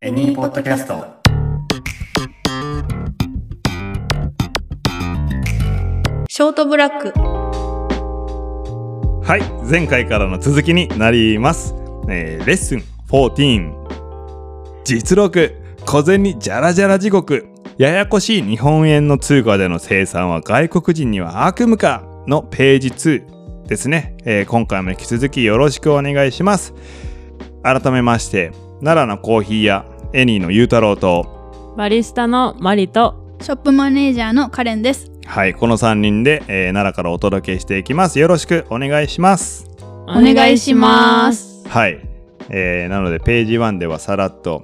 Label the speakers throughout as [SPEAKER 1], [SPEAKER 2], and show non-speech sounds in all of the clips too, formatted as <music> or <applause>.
[SPEAKER 1] エニーポッドキャスト。
[SPEAKER 2] ショートブラック。
[SPEAKER 1] はい、前回からの続きになります。えーレッスン14。実録、小銭じゃらじゃら地獄。ややこしい日本円の通貨での生産は外国人には悪夢かのページ2ですね、えー今回も引き続きよろしくお願いします。改めまして、奈良のコーヒー屋、エニーのゆうたろうと、
[SPEAKER 3] バリスタのマリと
[SPEAKER 2] ショップマネージャーのカレンです。
[SPEAKER 1] はい、この3人で、えー奈良からお届けしていきます。よろしくお願いします。
[SPEAKER 3] お
[SPEAKER 2] お願いしま。す。
[SPEAKER 1] はい、えーなのでページ1ではさらっと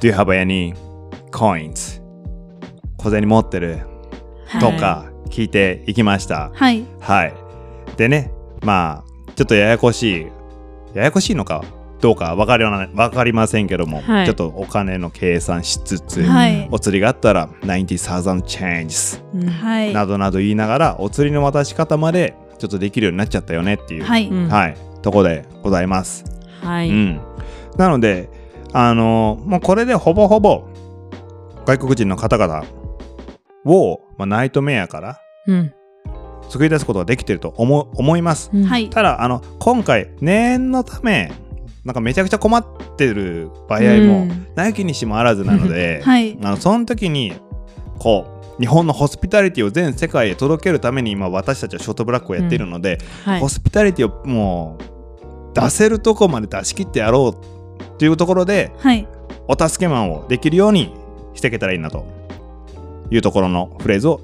[SPEAKER 1] Do you have any coins? 小銭持ってる
[SPEAKER 2] はい
[SPEAKER 1] とか聞いていきました。
[SPEAKER 2] はい。
[SPEAKER 1] はい。でね、まあ、ちょっとややこしい、ややこしいのかどうかわかりまわかりませんけども、
[SPEAKER 3] はい
[SPEAKER 1] ちょっとお金の計算しつつ、
[SPEAKER 2] はい
[SPEAKER 1] お釣りがあったら90,000 changes
[SPEAKER 3] うん
[SPEAKER 2] はい。
[SPEAKER 1] などなど言いながらお釣りの渡し方までちょっとできるようになっちゃったよねっていう、
[SPEAKER 2] は
[SPEAKER 3] う
[SPEAKER 2] い。
[SPEAKER 3] ん
[SPEAKER 1] はい、とこでございます。
[SPEAKER 3] は
[SPEAKER 1] う
[SPEAKER 3] い。
[SPEAKER 1] ん、なのであのもうこれでほぼほぼ外国人の方々を、まあ、ナイトメアから
[SPEAKER 3] うん。
[SPEAKER 1] 救い出すことができてると思う思います。
[SPEAKER 3] うん
[SPEAKER 2] は。い。
[SPEAKER 1] ただあの今回念のためなんかめちゃくちゃ困ってる場合も
[SPEAKER 3] うん
[SPEAKER 1] なきにしもあらずなので、
[SPEAKER 2] <laughs> はい。
[SPEAKER 1] あのその時にこう日本のホスピタリティを全世界へ届けるために今私たちはショートブラックをやっているので、
[SPEAKER 3] はい
[SPEAKER 1] ホ。スピタリティをもう出せるとこまで出し切ってやろうっていうところで
[SPEAKER 2] はい。
[SPEAKER 1] お助けマンをできるようにしていけたらいいなというところのフレーズを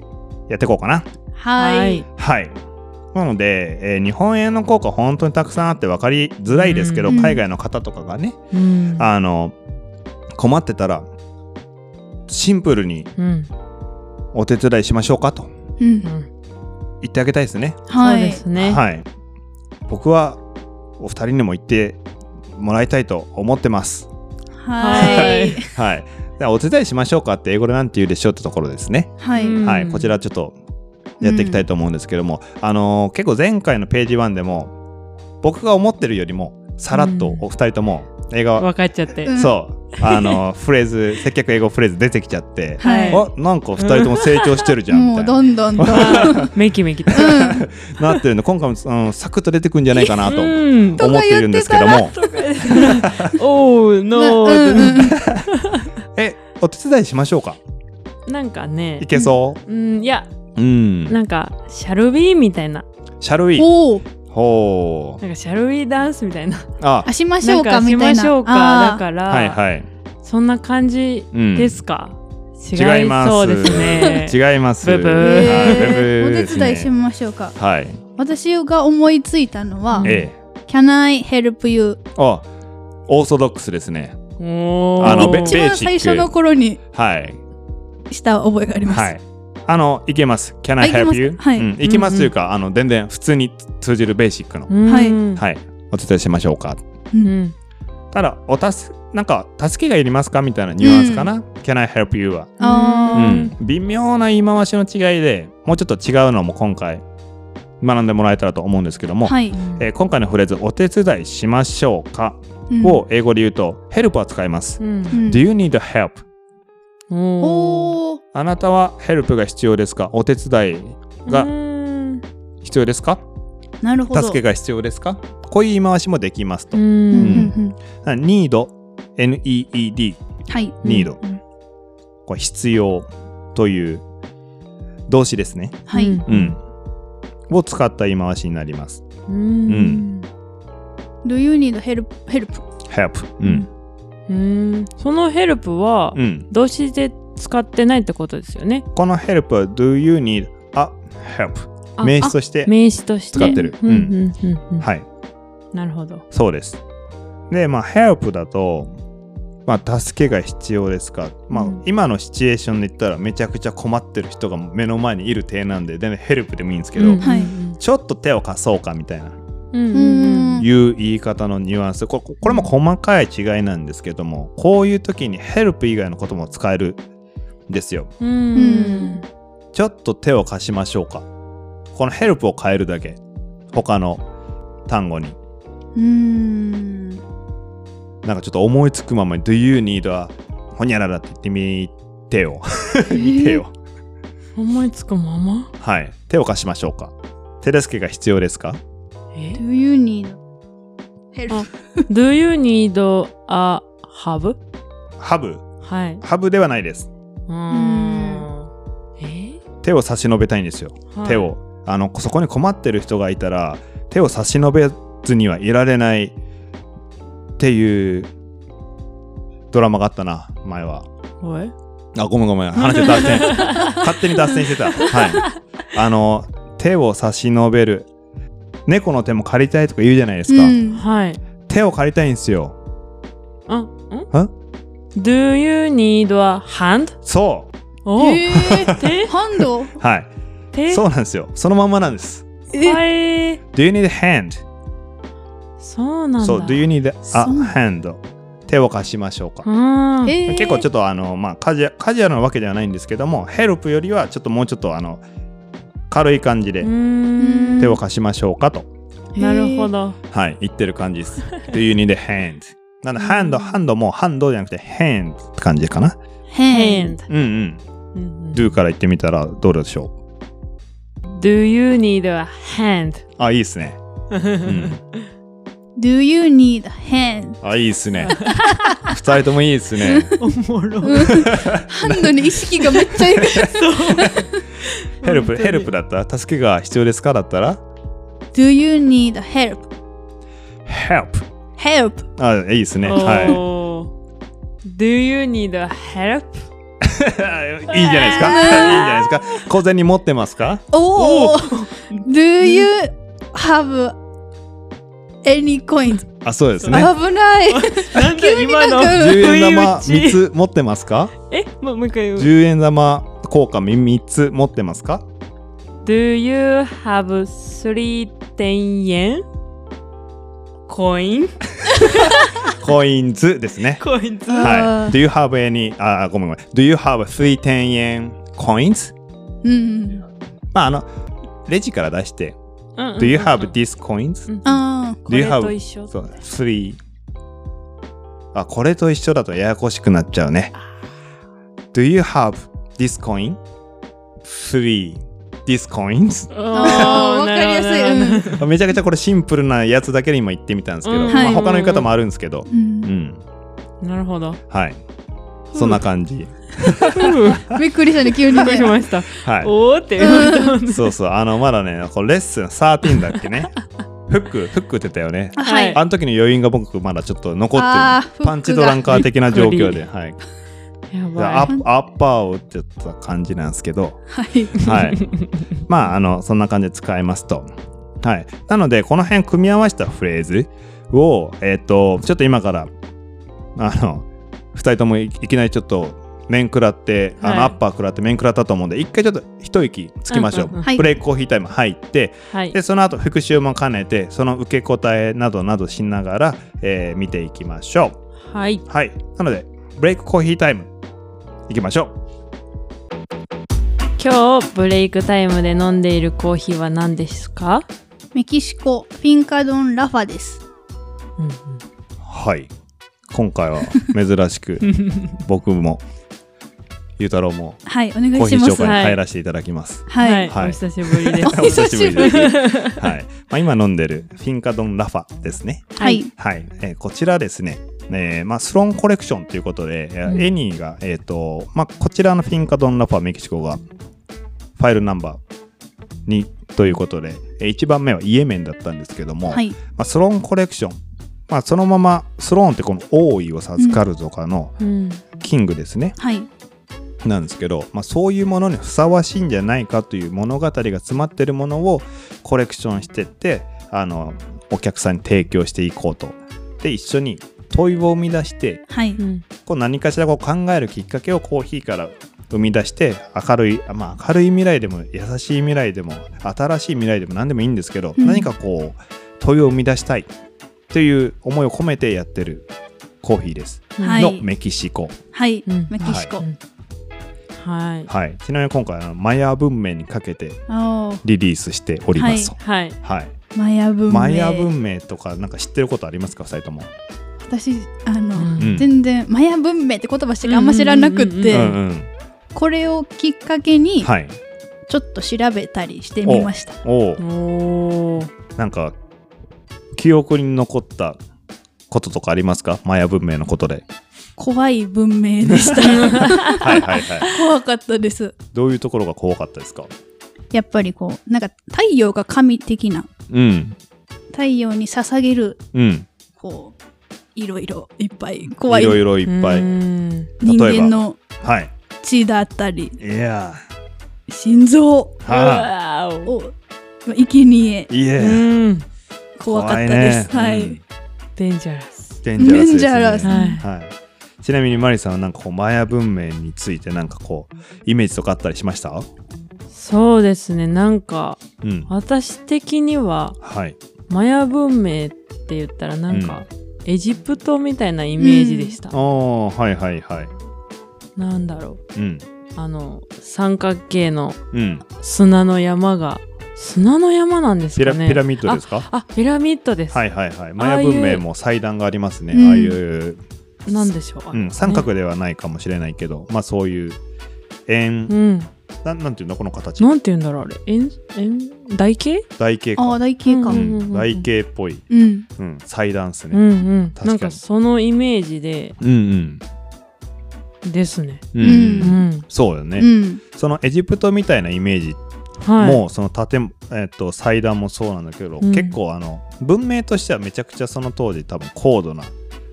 [SPEAKER 1] やっていこうかな。
[SPEAKER 2] は
[SPEAKER 3] はいい。
[SPEAKER 1] はいなので、えー日本円の効果本当にたくさんあって分かりづらいですけど、
[SPEAKER 2] うん
[SPEAKER 1] 海外の方とかがね、
[SPEAKER 3] うん。
[SPEAKER 1] あの困ってたらシンプルに
[SPEAKER 3] うん。
[SPEAKER 1] お手伝いしましょうかと
[SPEAKER 2] うん
[SPEAKER 3] う。ん。
[SPEAKER 1] 言ってあげたいですね。
[SPEAKER 3] そう
[SPEAKER 2] は
[SPEAKER 3] で
[SPEAKER 2] い。
[SPEAKER 3] すね。
[SPEAKER 1] はい。僕はお二人にも言ってもらいたいと思ってます。
[SPEAKER 2] はい。
[SPEAKER 1] はい。ではお手伝いしましょうかって英語でなんて言うでしょうってところですね。
[SPEAKER 2] は
[SPEAKER 3] う
[SPEAKER 2] い。
[SPEAKER 3] ん
[SPEAKER 1] はい。こちらちょっとやっていきたいと思うんですけども、あのー結構前回のページ1でも僕が思ってるよりもさらっとお二人とも映画、
[SPEAKER 3] 分かっちゃって。
[SPEAKER 2] うん
[SPEAKER 1] そうあのーフレーズ <laughs> 接客英語フレーズ出てきちゃって、
[SPEAKER 2] は
[SPEAKER 3] は
[SPEAKER 2] いう
[SPEAKER 1] あなんか二人とも成長してるじゃんみ
[SPEAKER 2] も
[SPEAKER 1] た
[SPEAKER 2] う
[SPEAKER 1] いな
[SPEAKER 2] どんど
[SPEAKER 1] <laughs>
[SPEAKER 2] んと。
[SPEAKER 3] メキメキと。
[SPEAKER 1] なってるんで今回も、うん、サクッと出てくんじゃないかなと
[SPEAKER 3] うん。
[SPEAKER 1] 思っているんですけども。
[SPEAKER 3] おう、
[SPEAKER 2] うん
[SPEAKER 3] の
[SPEAKER 2] うん
[SPEAKER 3] ー。
[SPEAKER 1] え、お手伝いしましょうか。
[SPEAKER 3] なんかね
[SPEAKER 1] い。けそ
[SPEAKER 3] うん。いや、
[SPEAKER 1] う。うん。
[SPEAKER 3] なんか、シャルビーみたいな。
[SPEAKER 1] シャルウィ
[SPEAKER 2] おお。
[SPEAKER 1] ほう
[SPEAKER 3] な。んか、シャルビーダンスみたいな。
[SPEAKER 1] あ、
[SPEAKER 2] あしまし
[SPEAKER 3] な
[SPEAKER 2] ょ
[SPEAKER 3] ん
[SPEAKER 2] うか
[SPEAKER 3] か、
[SPEAKER 2] み
[SPEAKER 3] したま
[SPEAKER 2] い
[SPEAKER 3] しょう
[SPEAKER 2] な。
[SPEAKER 3] か。だから、
[SPEAKER 1] はいはい。
[SPEAKER 3] そんな感じ
[SPEAKER 1] うん。
[SPEAKER 3] ですか。
[SPEAKER 1] 違います。。
[SPEAKER 3] そうですね
[SPEAKER 1] <laughs> 違います。
[SPEAKER 3] ブブー
[SPEAKER 1] はいブ
[SPEAKER 2] えー
[SPEAKER 1] ブ
[SPEAKER 2] お
[SPEAKER 1] ー
[SPEAKER 2] 手
[SPEAKER 1] ですね
[SPEAKER 2] 伝いしましょうか。
[SPEAKER 1] はい。
[SPEAKER 2] 私が思いついたのは
[SPEAKER 3] うん、
[SPEAKER 1] ええ。
[SPEAKER 2] Can I help you?
[SPEAKER 1] あ、オーソドックスですね。
[SPEAKER 3] おー
[SPEAKER 1] あのべ
[SPEAKER 2] 一番最初の頃に
[SPEAKER 1] はい。
[SPEAKER 2] した覚えがあります。
[SPEAKER 1] はい。あの、いけます。Can
[SPEAKER 2] あ
[SPEAKER 1] I
[SPEAKER 2] いけま
[SPEAKER 1] help
[SPEAKER 2] す
[SPEAKER 1] you?
[SPEAKER 2] はい
[SPEAKER 1] うんいけますというか、あの、全然普通に通じるベーシックの。
[SPEAKER 3] うん
[SPEAKER 2] はい
[SPEAKER 1] はい。お手伝いしましょうか。
[SPEAKER 3] うん
[SPEAKER 1] ただ、おたす、なんか、助けがいりますかみたいなニュアンスかな。Can I help you? は。
[SPEAKER 2] あー
[SPEAKER 1] うん、微妙な言い回しの違いでもうちょっと違うのも今回学んでもらえたらと思うんですけども、
[SPEAKER 2] はい。
[SPEAKER 1] えー今回のフレーズ「お手伝いしましょうか
[SPEAKER 2] うん」
[SPEAKER 1] を英語で言うと「ヘルプ」は使います。
[SPEAKER 3] うん
[SPEAKER 2] うん
[SPEAKER 1] Do you need help?
[SPEAKER 3] お
[SPEAKER 2] おー
[SPEAKER 1] あなたはヘルプが必要ですかお手伝い
[SPEAKER 3] ー
[SPEAKER 1] が
[SPEAKER 3] うん
[SPEAKER 1] 必要ですか
[SPEAKER 2] なるほど。
[SPEAKER 1] 助け
[SPEAKER 2] が。
[SPEAKER 1] が必要ですかこういう言い回しもできますと。
[SPEAKER 2] うんうん
[SPEAKER 3] うん
[SPEAKER 2] うん。
[SPEAKER 1] need, N-E-E-D,
[SPEAKER 2] はい。
[SPEAKER 1] need、これ必要という動詞ですね。
[SPEAKER 2] はい。
[SPEAKER 1] うん。を使った言い回しになります。
[SPEAKER 3] うんん
[SPEAKER 2] Do you need help? help?
[SPEAKER 1] help。うん。
[SPEAKER 3] うんそのヘルプは
[SPEAKER 1] うん。
[SPEAKER 3] 動詞で使ってないってことですよね
[SPEAKER 1] この help は do you need a help
[SPEAKER 3] あ
[SPEAKER 1] 名詞として
[SPEAKER 3] 名詞として
[SPEAKER 1] 使ってる
[SPEAKER 3] うん
[SPEAKER 1] う
[SPEAKER 3] うんうんうん
[SPEAKER 1] はい
[SPEAKER 3] なるほど
[SPEAKER 1] そうですでまあ help だとまあ助けが必要ですかまあ
[SPEAKER 3] うん
[SPEAKER 1] 今のシチュエーションで言ったらめちゃくちゃ困ってる人が目の前にいる体なんでで help でもいいんですけど、
[SPEAKER 3] うん
[SPEAKER 2] はい
[SPEAKER 1] ちょっと手を貸そうかみたいな
[SPEAKER 3] うん
[SPEAKER 2] うん
[SPEAKER 1] いう言い方のニュアンスこれこれも細かい違いなんですけどもこういう時に help 以外のことも使えるんですよ
[SPEAKER 3] うん
[SPEAKER 2] うん
[SPEAKER 1] ちょっと手を貸しましょうか。このヘルプを変えるだけ。他の単語に。
[SPEAKER 2] うーん。
[SPEAKER 1] なんかちょっと思いつくままに「Do you need はほにゃららって言ってみてよ見てよ
[SPEAKER 3] 思いつくまま
[SPEAKER 1] はい手を貸しましょうか手助けが必要ですか
[SPEAKER 3] え
[SPEAKER 2] Do you need help?
[SPEAKER 3] あ Do you need a hub?
[SPEAKER 1] ハブ
[SPEAKER 3] はい。
[SPEAKER 1] ハブではないです
[SPEAKER 3] うーん。え
[SPEAKER 1] 手を差し伸べたいんですよ
[SPEAKER 3] はい
[SPEAKER 1] 手をあのそこに困ってる人がいたら手を差し伸べずにはいられないっていうドラマがあったな前は
[SPEAKER 3] おい
[SPEAKER 1] あごめんごめん話を脱線勝手に脱線してたはいあの手を差し伸べる猫の手も借りたいとか言うじゃないですか、
[SPEAKER 2] うん
[SPEAKER 3] はい。
[SPEAKER 1] 手を借りたいんですよ
[SPEAKER 3] あ、ん ?Do you need a hand?
[SPEAKER 1] そ
[SPEAKER 3] お
[SPEAKER 2] えー
[SPEAKER 3] 手
[SPEAKER 2] <laughs> ハンド
[SPEAKER 1] うはい
[SPEAKER 3] 手
[SPEAKER 1] そうなんですよそのまんまなんです
[SPEAKER 3] はい。
[SPEAKER 1] Do you need a hand?
[SPEAKER 3] そうなんだ。
[SPEAKER 1] そう Do you need a
[SPEAKER 2] そう
[SPEAKER 1] hand? 手を貸しましょうか
[SPEAKER 3] うん。
[SPEAKER 2] えー
[SPEAKER 1] 結構ちょっとあの、まあ、カジュアカジュアルなわけではないんですけどもヘルプよりはちょっともうちょっとあの軽い感じ
[SPEAKER 3] う
[SPEAKER 1] で
[SPEAKER 3] ーん
[SPEAKER 1] 手を貸しましょうかと、
[SPEAKER 3] なるほど。
[SPEAKER 1] はい言ってる感じです <laughs> Do you need a hand? なんで
[SPEAKER 3] うん
[SPEAKER 1] ハンドハンドもハンドじゃなくて hand って感じかな
[SPEAKER 2] Hand
[SPEAKER 3] hand
[SPEAKER 1] うんうん
[SPEAKER 3] うんうん
[SPEAKER 1] Do から言ってみたらどうでしょ
[SPEAKER 3] Do you need a hand?
[SPEAKER 1] うあいいですね、うん、
[SPEAKER 2] Do you need hand?
[SPEAKER 1] あいいです <laughs> ね二人ともいいですね
[SPEAKER 3] おもろ。
[SPEAKER 2] ハンドに意識がめっちゃい
[SPEAKER 1] <laughs>
[SPEAKER 2] く
[SPEAKER 1] ヘルプ
[SPEAKER 3] 本当に
[SPEAKER 1] ヘルプだったら助けが必要ですかだったら
[SPEAKER 2] Do you need help?
[SPEAKER 1] Help
[SPEAKER 2] Help
[SPEAKER 1] あいいですねは
[SPEAKER 3] おー Do you need a help?
[SPEAKER 1] いいいじゃないですかいいじゃないですか小銭持ってますか
[SPEAKER 2] おお Do you have any coins?
[SPEAKER 1] あそうですね
[SPEAKER 2] 危ない
[SPEAKER 3] なんだ
[SPEAKER 2] 急になんか
[SPEAKER 3] 今の
[SPEAKER 1] 10円玉
[SPEAKER 3] 不意
[SPEAKER 1] 3
[SPEAKER 3] 打ち
[SPEAKER 1] つ持ってますか
[SPEAKER 3] え、もうもう一回言う。
[SPEAKER 1] 10円玉硬貨3つ持ってますか
[SPEAKER 3] Do you have three ten yen? コイン
[SPEAKER 1] コインズですね。
[SPEAKER 3] コインズ
[SPEAKER 1] は
[SPEAKER 2] あー
[SPEAKER 1] い。Do you have any あごめんごめん。Do you have three ten yen coins?
[SPEAKER 2] うん
[SPEAKER 1] まああのレジから出して。Do
[SPEAKER 3] Do
[SPEAKER 1] you have these coins?
[SPEAKER 2] あー
[SPEAKER 3] こ
[SPEAKER 1] Do
[SPEAKER 3] れ
[SPEAKER 1] you have-
[SPEAKER 3] と一緒
[SPEAKER 1] そう three あこれと一緒だとややこしくなっちゃうね。Do you have this coin? Three these
[SPEAKER 3] <laughs>
[SPEAKER 1] coins?
[SPEAKER 2] あーわかりやすいうん
[SPEAKER 3] すい。
[SPEAKER 1] めちゃくちゃこれシンプルなやつだけで今言ってみたんですけど、
[SPEAKER 3] うん
[SPEAKER 1] ま
[SPEAKER 2] は
[SPEAKER 1] あ、
[SPEAKER 2] い
[SPEAKER 1] 他の言い方もあるんですけど、
[SPEAKER 2] う
[SPEAKER 1] うんん、
[SPEAKER 3] なるほど。
[SPEAKER 1] はい。そんな感じ。
[SPEAKER 2] <laughs> びっくりしたね急にね
[SPEAKER 3] わかりました。
[SPEAKER 1] は
[SPEAKER 3] おーって言われたもん
[SPEAKER 1] い。<laughs>
[SPEAKER 3] ね
[SPEAKER 1] そうそう、あの、まだね、こうレッスン13だっ
[SPEAKER 2] <laughs>
[SPEAKER 1] けね。フック、フックって言ったよね。
[SPEAKER 2] あはい
[SPEAKER 1] あの時の余韻が僕、まだちょっと残っ
[SPEAKER 2] あー
[SPEAKER 1] て
[SPEAKER 2] フック
[SPEAKER 1] る。
[SPEAKER 2] が
[SPEAKER 1] パンチドランカー的な状況で、はい。
[SPEAKER 3] や
[SPEAKER 1] でア
[SPEAKER 3] ば
[SPEAKER 1] ップアッパーを打ってた感じなんですけど、
[SPEAKER 2] はい
[SPEAKER 3] <laughs>
[SPEAKER 1] はい。まあ、あの、そんな感じで使えますと。はい。なので、この辺組み合わせたフレーズを、えっ、と、ちょっと今から、あの、二人ともいいきなりちょっと、面食らって、あの、
[SPEAKER 3] はい
[SPEAKER 1] アッパー食らって面食らったと思うんで、一回ちょっと一息つきましょう。
[SPEAKER 3] うんうんうん
[SPEAKER 2] はい
[SPEAKER 1] ブレイクコーヒータイム入って、
[SPEAKER 3] い。はい
[SPEAKER 1] で、。その後復習も兼ねて、その受け答えなどなどしながら、えー見ていきましょう。
[SPEAKER 3] はい。
[SPEAKER 1] はい。なので、ブレイクコーヒータイム、いきましょう。
[SPEAKER 3] 今日ブレイクタイムで飲んでいるコーヒーは何ですか？
[SPEAKER 2] メキシコフィンカドンラファです
[SPEAKER 3] うん
[SPEAKER 1] はい。今回は珍しく、僕も、ゆうたろうも、
[SPEAKER 2] はいお願
[SPEAKER 1] コ
[SPEAKER 2] い
[SPEAKER 1] ーヒ
[SPEAKER 2] し
[SPEAKER 1] ー
[SPEAKER 2] ま
[SPEAKER 1] 紹
[SPEAKER 2] す
[SPEAKER 1] 介
[SPEAKER 2] は
[SPEAKER 1] に
[SPEAKER 2] い
[SPEAKER 1] 入らせていただきます。
[SPEAKER 3] はい。
[SPEAKER 1] はい
[SPEAKER 3] お久しぶりです。
[SPEAKER 1] お久しぶりです。はい。まあ、今飲んでる、フィンカドンラファですね。
[SPEAKER 2] はい
[SPEAKER 1] はい。えーこちらですね。えーまあ、スローンコレクションということで、えー
[SPEAKER 3] うん
[SPEAKER 1] エニーが、えーとまあ、こちらのフィンカドンラファメキシコがファイルナンバー2ということで、え1番目はイエメンだったんですけども、
[SPEAKER 2] はい
[SPEAKER 1] まあ、スローンコレクション、まあ、そのままスローンってこの王位を授かるとかの
[SPEAKER 3] うん。
[SPEAKER 1] キングですね、
[SPEAKER 2] はい
[SPEAKER 1] なんですけど、まあ、そういうものにふさわしいんじゃないかという物語が詰まってるものをコレクションしてってあのお客さんに提供していこうと。で一緒に問いを生み出して
[SPEAKER 2] はい
[SPEAKER 3] うん
[SPEAKER 1] こう何かしらこう考えるきっかけをコーヒーから生み出して明るい、まあ、明るい未来でも優しい未来でも新しい未来でも何でもいいんですけど、
[SPEAKER 2] うん
[SPEAKER 1] 何かこう問いを生み出したいという思いを込めてやってるコーヒーです。
[SPEAKER 2] はい
[SPEAKER 1] のメキシコ。
[SPEAKER 2] はい
[SPEAKER 3] うん
[SPEAKER 2] メキシコ
[SPEAKER 3] はい。
[SPEAKER 1] はい、ちなみに今回はマヤ文明にかけて
[SPEAKER 2] あお
[SPEAKER 1] リリースしておりますと。
[SPEAKER 3] はい。
[SPEAKER 1] はい
[SPEAKER 2] マヤ文明
[SPEAKER 1] マヤ文明とかなんか知ってることありますか二人とも。
[SPEAKER 2] 私あの、
[SPEAKER 3] うん
[SPEAKER 1] うん
[SPEAKER 2] 全然マヤ文明って言葉しかあんま知らなくって、
[SPEAKER 3] で
[SPEAKER 1] うんうん
[SPEAKER 2] これをきっかけに
[SPEAKER 1] はい
[SPEAKER 2] ちょっと調べたりしてみました。
[SPEAKER 1] おう
[SPEAKER 3] おー
[SPEAKER 1] なんか記憶に残ったこととかありますかマヤ文明のことで
[SPEAKER 2] 怖い文明でした。 <laughs>
[SPEAKER 1] はいはいはい
[SPEAKER 2] 怖かったです。
[SPEAKER 1] <laughs> どういうところが怖かったですか
[SPEAKER 2] やっぱりこうなんか太陽が神的な
[SPEAKER 1] うん
[SPEAKER 2] 太陽に捧げる
[SPEAKER 1] うん
[SPEAKER 2] こういろいろいっぱい怖い
[SPEAKER 1] ろいろいっぱい
[SPEAKER 3] うん
[SPEAKER 2] 人
[SPEAKER 1] 例えば
[SPEAKER 2] 間の
[SPEAKER 1] はい
[SPEAKER 2] 血だったり
[SPEAKER 1] いや
[SPEAKER 2] 心臓を
[SPEAKER 1] ーはあ
[SPEAKER 3] うわーお
[SPEAKER 2] まあ生贄
[SPEAKER 1] いえ
[SPEAKER 3] うん
[SPEAKER 2] 怖かったです。
[SPEAKER 1] 怖
[SPEAKER 2] はい、
[SPEAKER 1] うん
[SPEAKER 3] デンジャラス
[SPEAKER 1] デンジャラスですね
[SPEAKER 2] デンジャラス
[SPEAKER 3] はい
[SPEAKER 1] はい。ちなみにマリさんはなんかこうマヤ文明についてなんかこうイメージとかあったりしました？
[SPEAKER 3] そうですねなんか
[SPEAKER 1] うん。
[SPEAKER 3] 私的には
[SPEAKER 1] はい。
[SPEAKER 3] マヤ文明って言ったらなんか、エジプトみたいなイメージでした、
[SPEAKER 1] ああはいはいはい。
[SPEAKER 3] なんだろう
[SPEAKER 1] うん
[SPEAKER 3] あの三角形の
[SPEAKER 1] うん。
[SPEAKER 3] 砂の山が砂の山なんです
[SPEAKER 1] ピ
[SPEAKER 3] か
[SPEAKER 1] ラ
[SPEAKER 3] ね
[SPEAKER 1] ピラミッドですか？
[SPEAKER 3] あピラミッドです、
[SPEAKER 1] はいはいはい。マヤ文明も祭壇がありますね。
[SPEAKER 2] うん
[SPEAKER 1] ああいう、
[SPEAKER 3] なんでしょう、あ
[SPEAKER 1] う
[SPEAKER 3] れね
[SPEAKER 1] ん、三角ではないかもしれないけど、まあそういう円
[SPEAKER 3] うん
[SPEAKER 1] なんなんていうんだこの形
[SPEAKER 3] なんて言うんだろうあれ円円台形
[SPEAKER 1] 台形
[SPEAKER 2] あ
[SPEAKER 1] か
[SPEAKER 2] あ。大系か。
[SPEAKER 1] う
[SPEAKER 2] うんん、
[SPEAKER 1] ん台形っぽい。うん祭壇です
[SPEAKER 3] うん
[SPEAKER 1] ね。
[SPEAKER 3] うん
[SPEAKER 1] 確かに
[SPEAKER 3] なんかそのイメージで
[SPEAKER 1] うん
[SPEAKER 3] ですね
[SPEAKER 1] うんう。
[SPEAKER 3] うんん
[SPEAKER 1] そうよね、
[SPEAKER 2] うん、
[SPEAKER 1] そのエジプトみたいなイメージ
[SPEAKER 3] はい
[SPEAKER 1] もうその建物、えっと祭壇もそうなんだけど、
[SPEAKER 3] うん
[SPEAKER 1] 結構あの文明としてはめちゃくちゃその当時多分高度な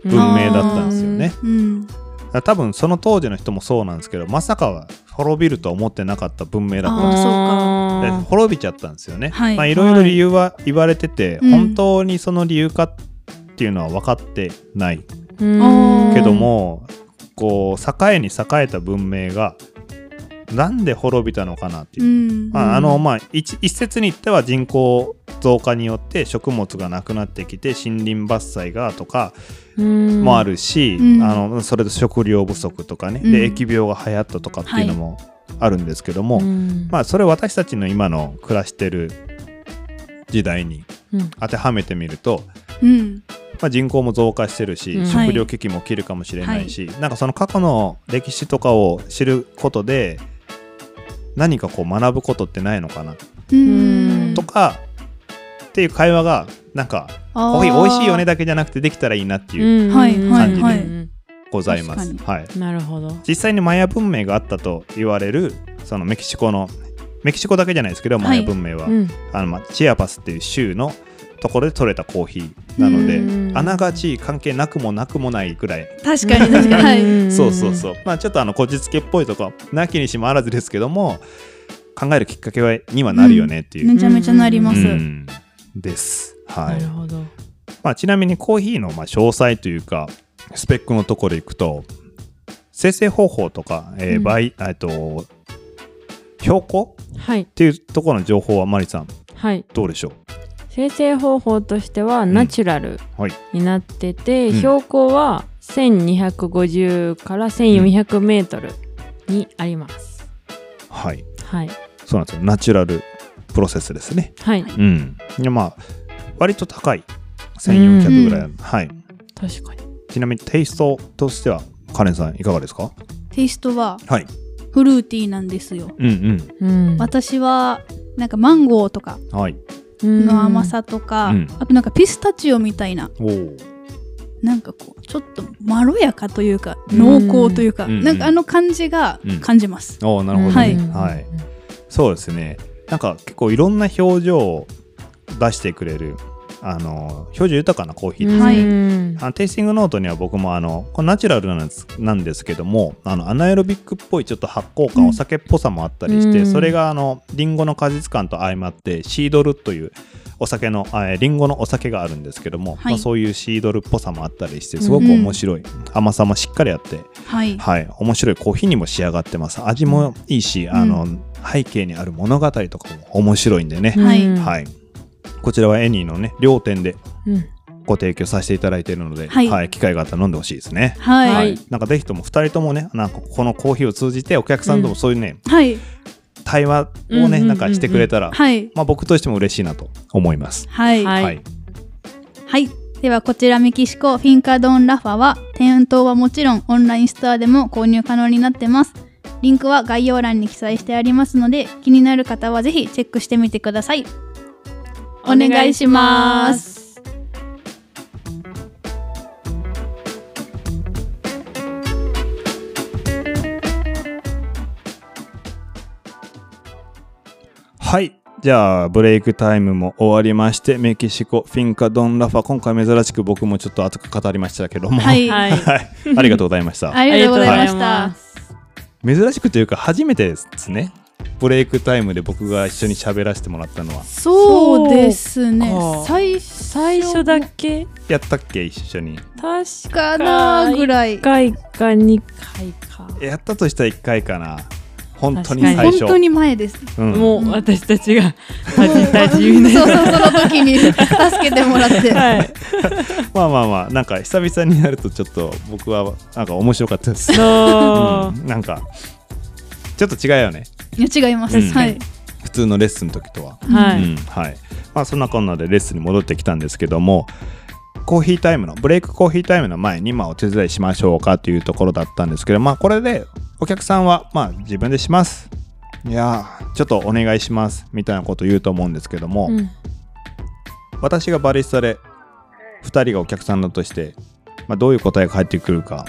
[SPEAKER 1] 文明だったんですよね、
[SPEAKER 2] うん、
[SPEAKER 1] だから多分その当時の人もそうなんですけどまさかは滅びるとは思ってなかった文明だったんです
[SPEAKER 3] あ
[SPEAKER 1] で
[SPEAKER 3] ー
[SPEAKER 1] 滅びちゃったんですよね、
[SPEAKER 2] はい
[SPEAKER 1] まあいろいろ理由は言われてて、
[SPEAKER 2] うん
[SPEAKER 1] 本当にその理由かっていうのは分かってない
[SPEAKER 3] うん
[SPEAKER 1] けども、こう栄えに栄えた文明がなんで滅びたのかなっていうう、
[SPEAKER 2] ん、
[SPEAKER 1] まあ、あ
[SPEAKER 3] う
[SPEAKER 1] の
[SPEAKER 3] ん
[SPEAKER 1] まあ一一説に言っては人口増加によって食物がなくなってきて森林伐採がとか
[SPEAKER 3] うん
[SPEAKER 1] もあるし、
[SPEAKER 2] うん
[SPEAKER 1] あのそれと食料不足とかね、
[SPEAKER 2] うん
[SPEAKER 1] で疫病が流行ったとかっていうのもあるんですけども、
[SPEAKER 3] うん
[SPEAKER 1] まあそれを私たちの今の暮らしてる時代に
[SPEAKER 3] うん
[SPEAKER 1] 当てはめてみると、
[SPEAKER 2] うん、
[SPEAKER 1] まあ、人口も増加してるし、
[SPEAKER 3] うん
[SPEAKER 1] 食料危機も起きるかもしれないし、なんかその過去の歴史とかを知ることで何かこう学ぶことってないのかな
[SPEAKER 2] うん、
[SPEAKER 1] とかっていう会話がなんか「
[SPEAKER 2] あ
[SPEAKER 1] おい
[SPEAKER 2] ー
[SPEAKER 1] 美味しいよね」だけじゃなくてできたらいいなっていう
[SPEAKER 3] うん
[SPEAKER 2] はい
[SPEAKER 1] はいはい
[SPEAKER 3] うん
[SPEAKER 1] ございます
[SPEAKER 2] 確。
[SPEAKER 1] はい、
[SPEAKER 3] なるほど
[SPEAKER 1] 実際にマヤ文明があったと言われるそのメキシコのメキシコだけじゃないですけどマヤ文明は、
[SPEAKER 3] うん
[SPEAKER 1] あのまあチアパスっていう州のところで取れたコーヒーなの
[SPEAKER 3] う
[SPEAKER 1] で
[SPEAKER 3] ん
[SPEAKER 1] あながち関係なくもなくもないぐらい
[SPEAKER 2] 確かに確かに、は
[SPEAKER 3] う
[SPEAKER 2] い、
[SPEAKER 3] ん
[SPEAKER 1] そうそうそうまあちょっとあのこじつけっぽいとこなきにしもあらずですけども考えるきっかけはにはなるよねっていう、
[SPEAKER 2] めちゃめちゃなります。
[SPEAKER 1] うんです。は
[SPEAKER 3] ないる、ほど
[SPEAKER 1] まあ、ちなみにコーヒーのまあ詳細というかスペックのところいくと生成方法とか、えー
[SPEAKER 3] うん
[SPEAKER 1] 倍えっと標高っ
[SPEAKER 3] はい
[SPEAKER 1] ていうところの情報はマリさん
[SPEAKER 3] はい
[SPEAKER 1] どうでしょ
[SPEAKER 3] 生成方法としては
[SPEAKER 1] ん
[SPEAKER 3] ナチュラル
[SPEAKER 1] うはい
[SPEAKER 3] になってて、
[SPEAKER 1] うん
[SPEAKER 3] 標高は1250から1400メートルにあります、
[SPEAKER 1] はい
[SPEAKER 3] はい
[SPEAKER 1] そうなんですよナチュラルプロセスですね
[SPEAKER 3] はい
[SPEAKER 1] うんでまあ割と高い1400ぐらい、
[SPEAKER 2] う
[SPEAKER 1] はい
[SPEAKER 3] 確かに
[SPEAKER 1] ちなみにテイストとしてはカレンさんいかがですか
[SPEAKER 2] テイストは
[SPEAKER 1] はい
[SPEAKER 2] フルーティーなんですよ。
[SPEAKER 1] うんうん
[SPEAKER 3] うん
[SPEAKER 2] 私はなんかマンゴーとか
[SPEAKER 1] はい
[SPEAKER 2] の甘さとか、
[SPEAKER 1] うん
[SPEAKER 2] あとなんかピスタチオみたいな
[SPEAKER 1] おお
[SPEAKER 2] なんかこうちょっとまろやかというか濃厚というか、
[SPEAKER 1] うん
[SPEAKER 2] なんかあの感じが
[SPEAKER 1] うん
[SPEAKER 2] 感じます。
[SPEAKER 1] おおなるほど、ね
[SPEAKER 2] はい
[SPEAKER 1] はい、そうですね。なんか結構いろんな表情を出してくれる、あの、表情豊かなコーヒーですね。
[SPEAKER 2] はい
[SPEAKER 3] うん
[SPEAKER 1] あのテイスティングノートには僕もあのこれナチュラルなんですなんですけどもあのアナエロビックっぽいちょっと発酵感、
[SPEAKER 2] うん
[SPEAKER 1] お酒っぽさもあったりして、
[SPEAKER 3] うん
[SPEAKER 1] それがあのリンゴの果実感と相まってシードルというお酒のあえリンゴのお酒があるんですけども、
[SPEAKER 2] はい
[SPEAKER 1] まあ、そういうシードルっぽさもあったりしてすごく面白い、甘さもしっかりあって
[SPEAKER 2] はい、
[SPEAKER 1] はい、面白いコーヒーにも仕上がってます。味もいいし、あの背景にある物語とかも面白いんでね。
[SPEAKER 2] はい
[SPEAKER 3] うん
[SPEAKER 1] はい、こちらはエニーのね両店で
[SPEAKER 3] うん
[SPEAKER 1] ご提供させていただいているので、
[SPEAKER 2] はい
[SPEAKER 1] 機会があったら飲んでほしいですね。
[SPEAKER 2] はい、
[SPEAKER 3] は
[SPEAKER 2] はいい、
[SPEAKER 1] なんかぜひとも2人ともねなんかこのコーヒーを通じてお客さんともそういうね、
[SPEAKER 2] はい、
[SPEAKER 1] 対話をね、
[SPEAKER 3] うんうんうんうん
[SPEAKER 1] なんかしてくれたら、
[SPEAKER 2] はい、
[SPEAKER 1] まあ、僕としても嬉しいなと思います。
[SPEAKER 2] はい、
[SPEAKER 3] はい
[SPEAKER 2] はい、ではこちらメキシコフィンカドンラファは店頭はもちろんオンラインストアでも購入可能になってますリンクは概要欄に記載してありますので気になる方はぜひチェックしてみてくださいお願いします
[SPEAKER 1] はい。じゃあ、ブレイクタイムも終わりまして、メキシコ、フィンカ・ドン・ラファ、今回珍しく僕もちょっと熱く語りましたけども、
[SPEAKER 2] はい、
[SPEAKER 3] は
[SPEAKER 1] <laughs>
[SPEAKER 3] い。
[SPEAKER 1] はいありがとうござい
[SPEAKER 2] <laughs>
[SPEAKER 1] ました。
[SPEAKER 2] ありがとうございまし
[SPEAKER 3] ありがとうございま
[SPEAKER 2] た
[SPEAKER 3] す
[SPEAKER 1] 珍しくというか、初めてですね。ブレイクタイムで僕が一緒に喋らせてもらったのは、
[SPEAKER 2] そうですね
[SPEAKER 1] そうか
[SPEAKER 2] 最
[SPEAKER 3] 最初だけ
[SPEAKER 1] やったっけ一緒に。
[SPEAKER 3] 確
[SPEAKER 2] か
[SPEAKER 3] か
[SPEAKER 2] なぐらい
[SPEAKER 3] 1回か2回か。
[SPEAKER 1] やったとしたら1回かな。本当に
[SPEAKER 3] 確か
[SPEAKER 1] 最
[SPEAKER 2] 本
[SPEAKER 1] 初。
[SPEAKER 2] 当に前です
[SPEAKER 1] うん
[SPEAKER 3] もう私たちが恥じたじ
[SPEAKER 2] そう
[SPEAKER 3] みな
[SPEAKER 2] そう
[SPEAKER 3] が
[SPEAKER 2] その時に助けてもらって、
[SPEAKER 3] ら。はい。
[SPEAKER 1] まあまあまあ、なんか久々にやるとちょっと僕はなんか面白かったです。
[SPEAKER 3] そう
[SPEAKER 1] うんなんか、ちょっと違うよね。
[SPEAKER 2] いや違います、
[SPEAKER 1] うん
[SPEAKER 2] はい
[SPEAKER 1] 普通のレッスンの時とは。
[SPEAKER 3] は
[SPEAKER 1] う
[SPEAKER 3] い。
[SPEAKER 1] んはいまあ、そんなこんなでレッスンに戻ってきたんですけどもコーヒータイムのブレイクコーヒータイムの前にまあお手伝いしましょうかというところだったんですけど、まあ、これでお客さんはまあ自分でしますいやーちょっとお願いしますみたいなこと言うと思うんですけども、
[SPEAKER 3] うん
[SPEAKER 1] 私がバリスタで2人がお客さんだとして、まあ、どういう答えが返ってくるか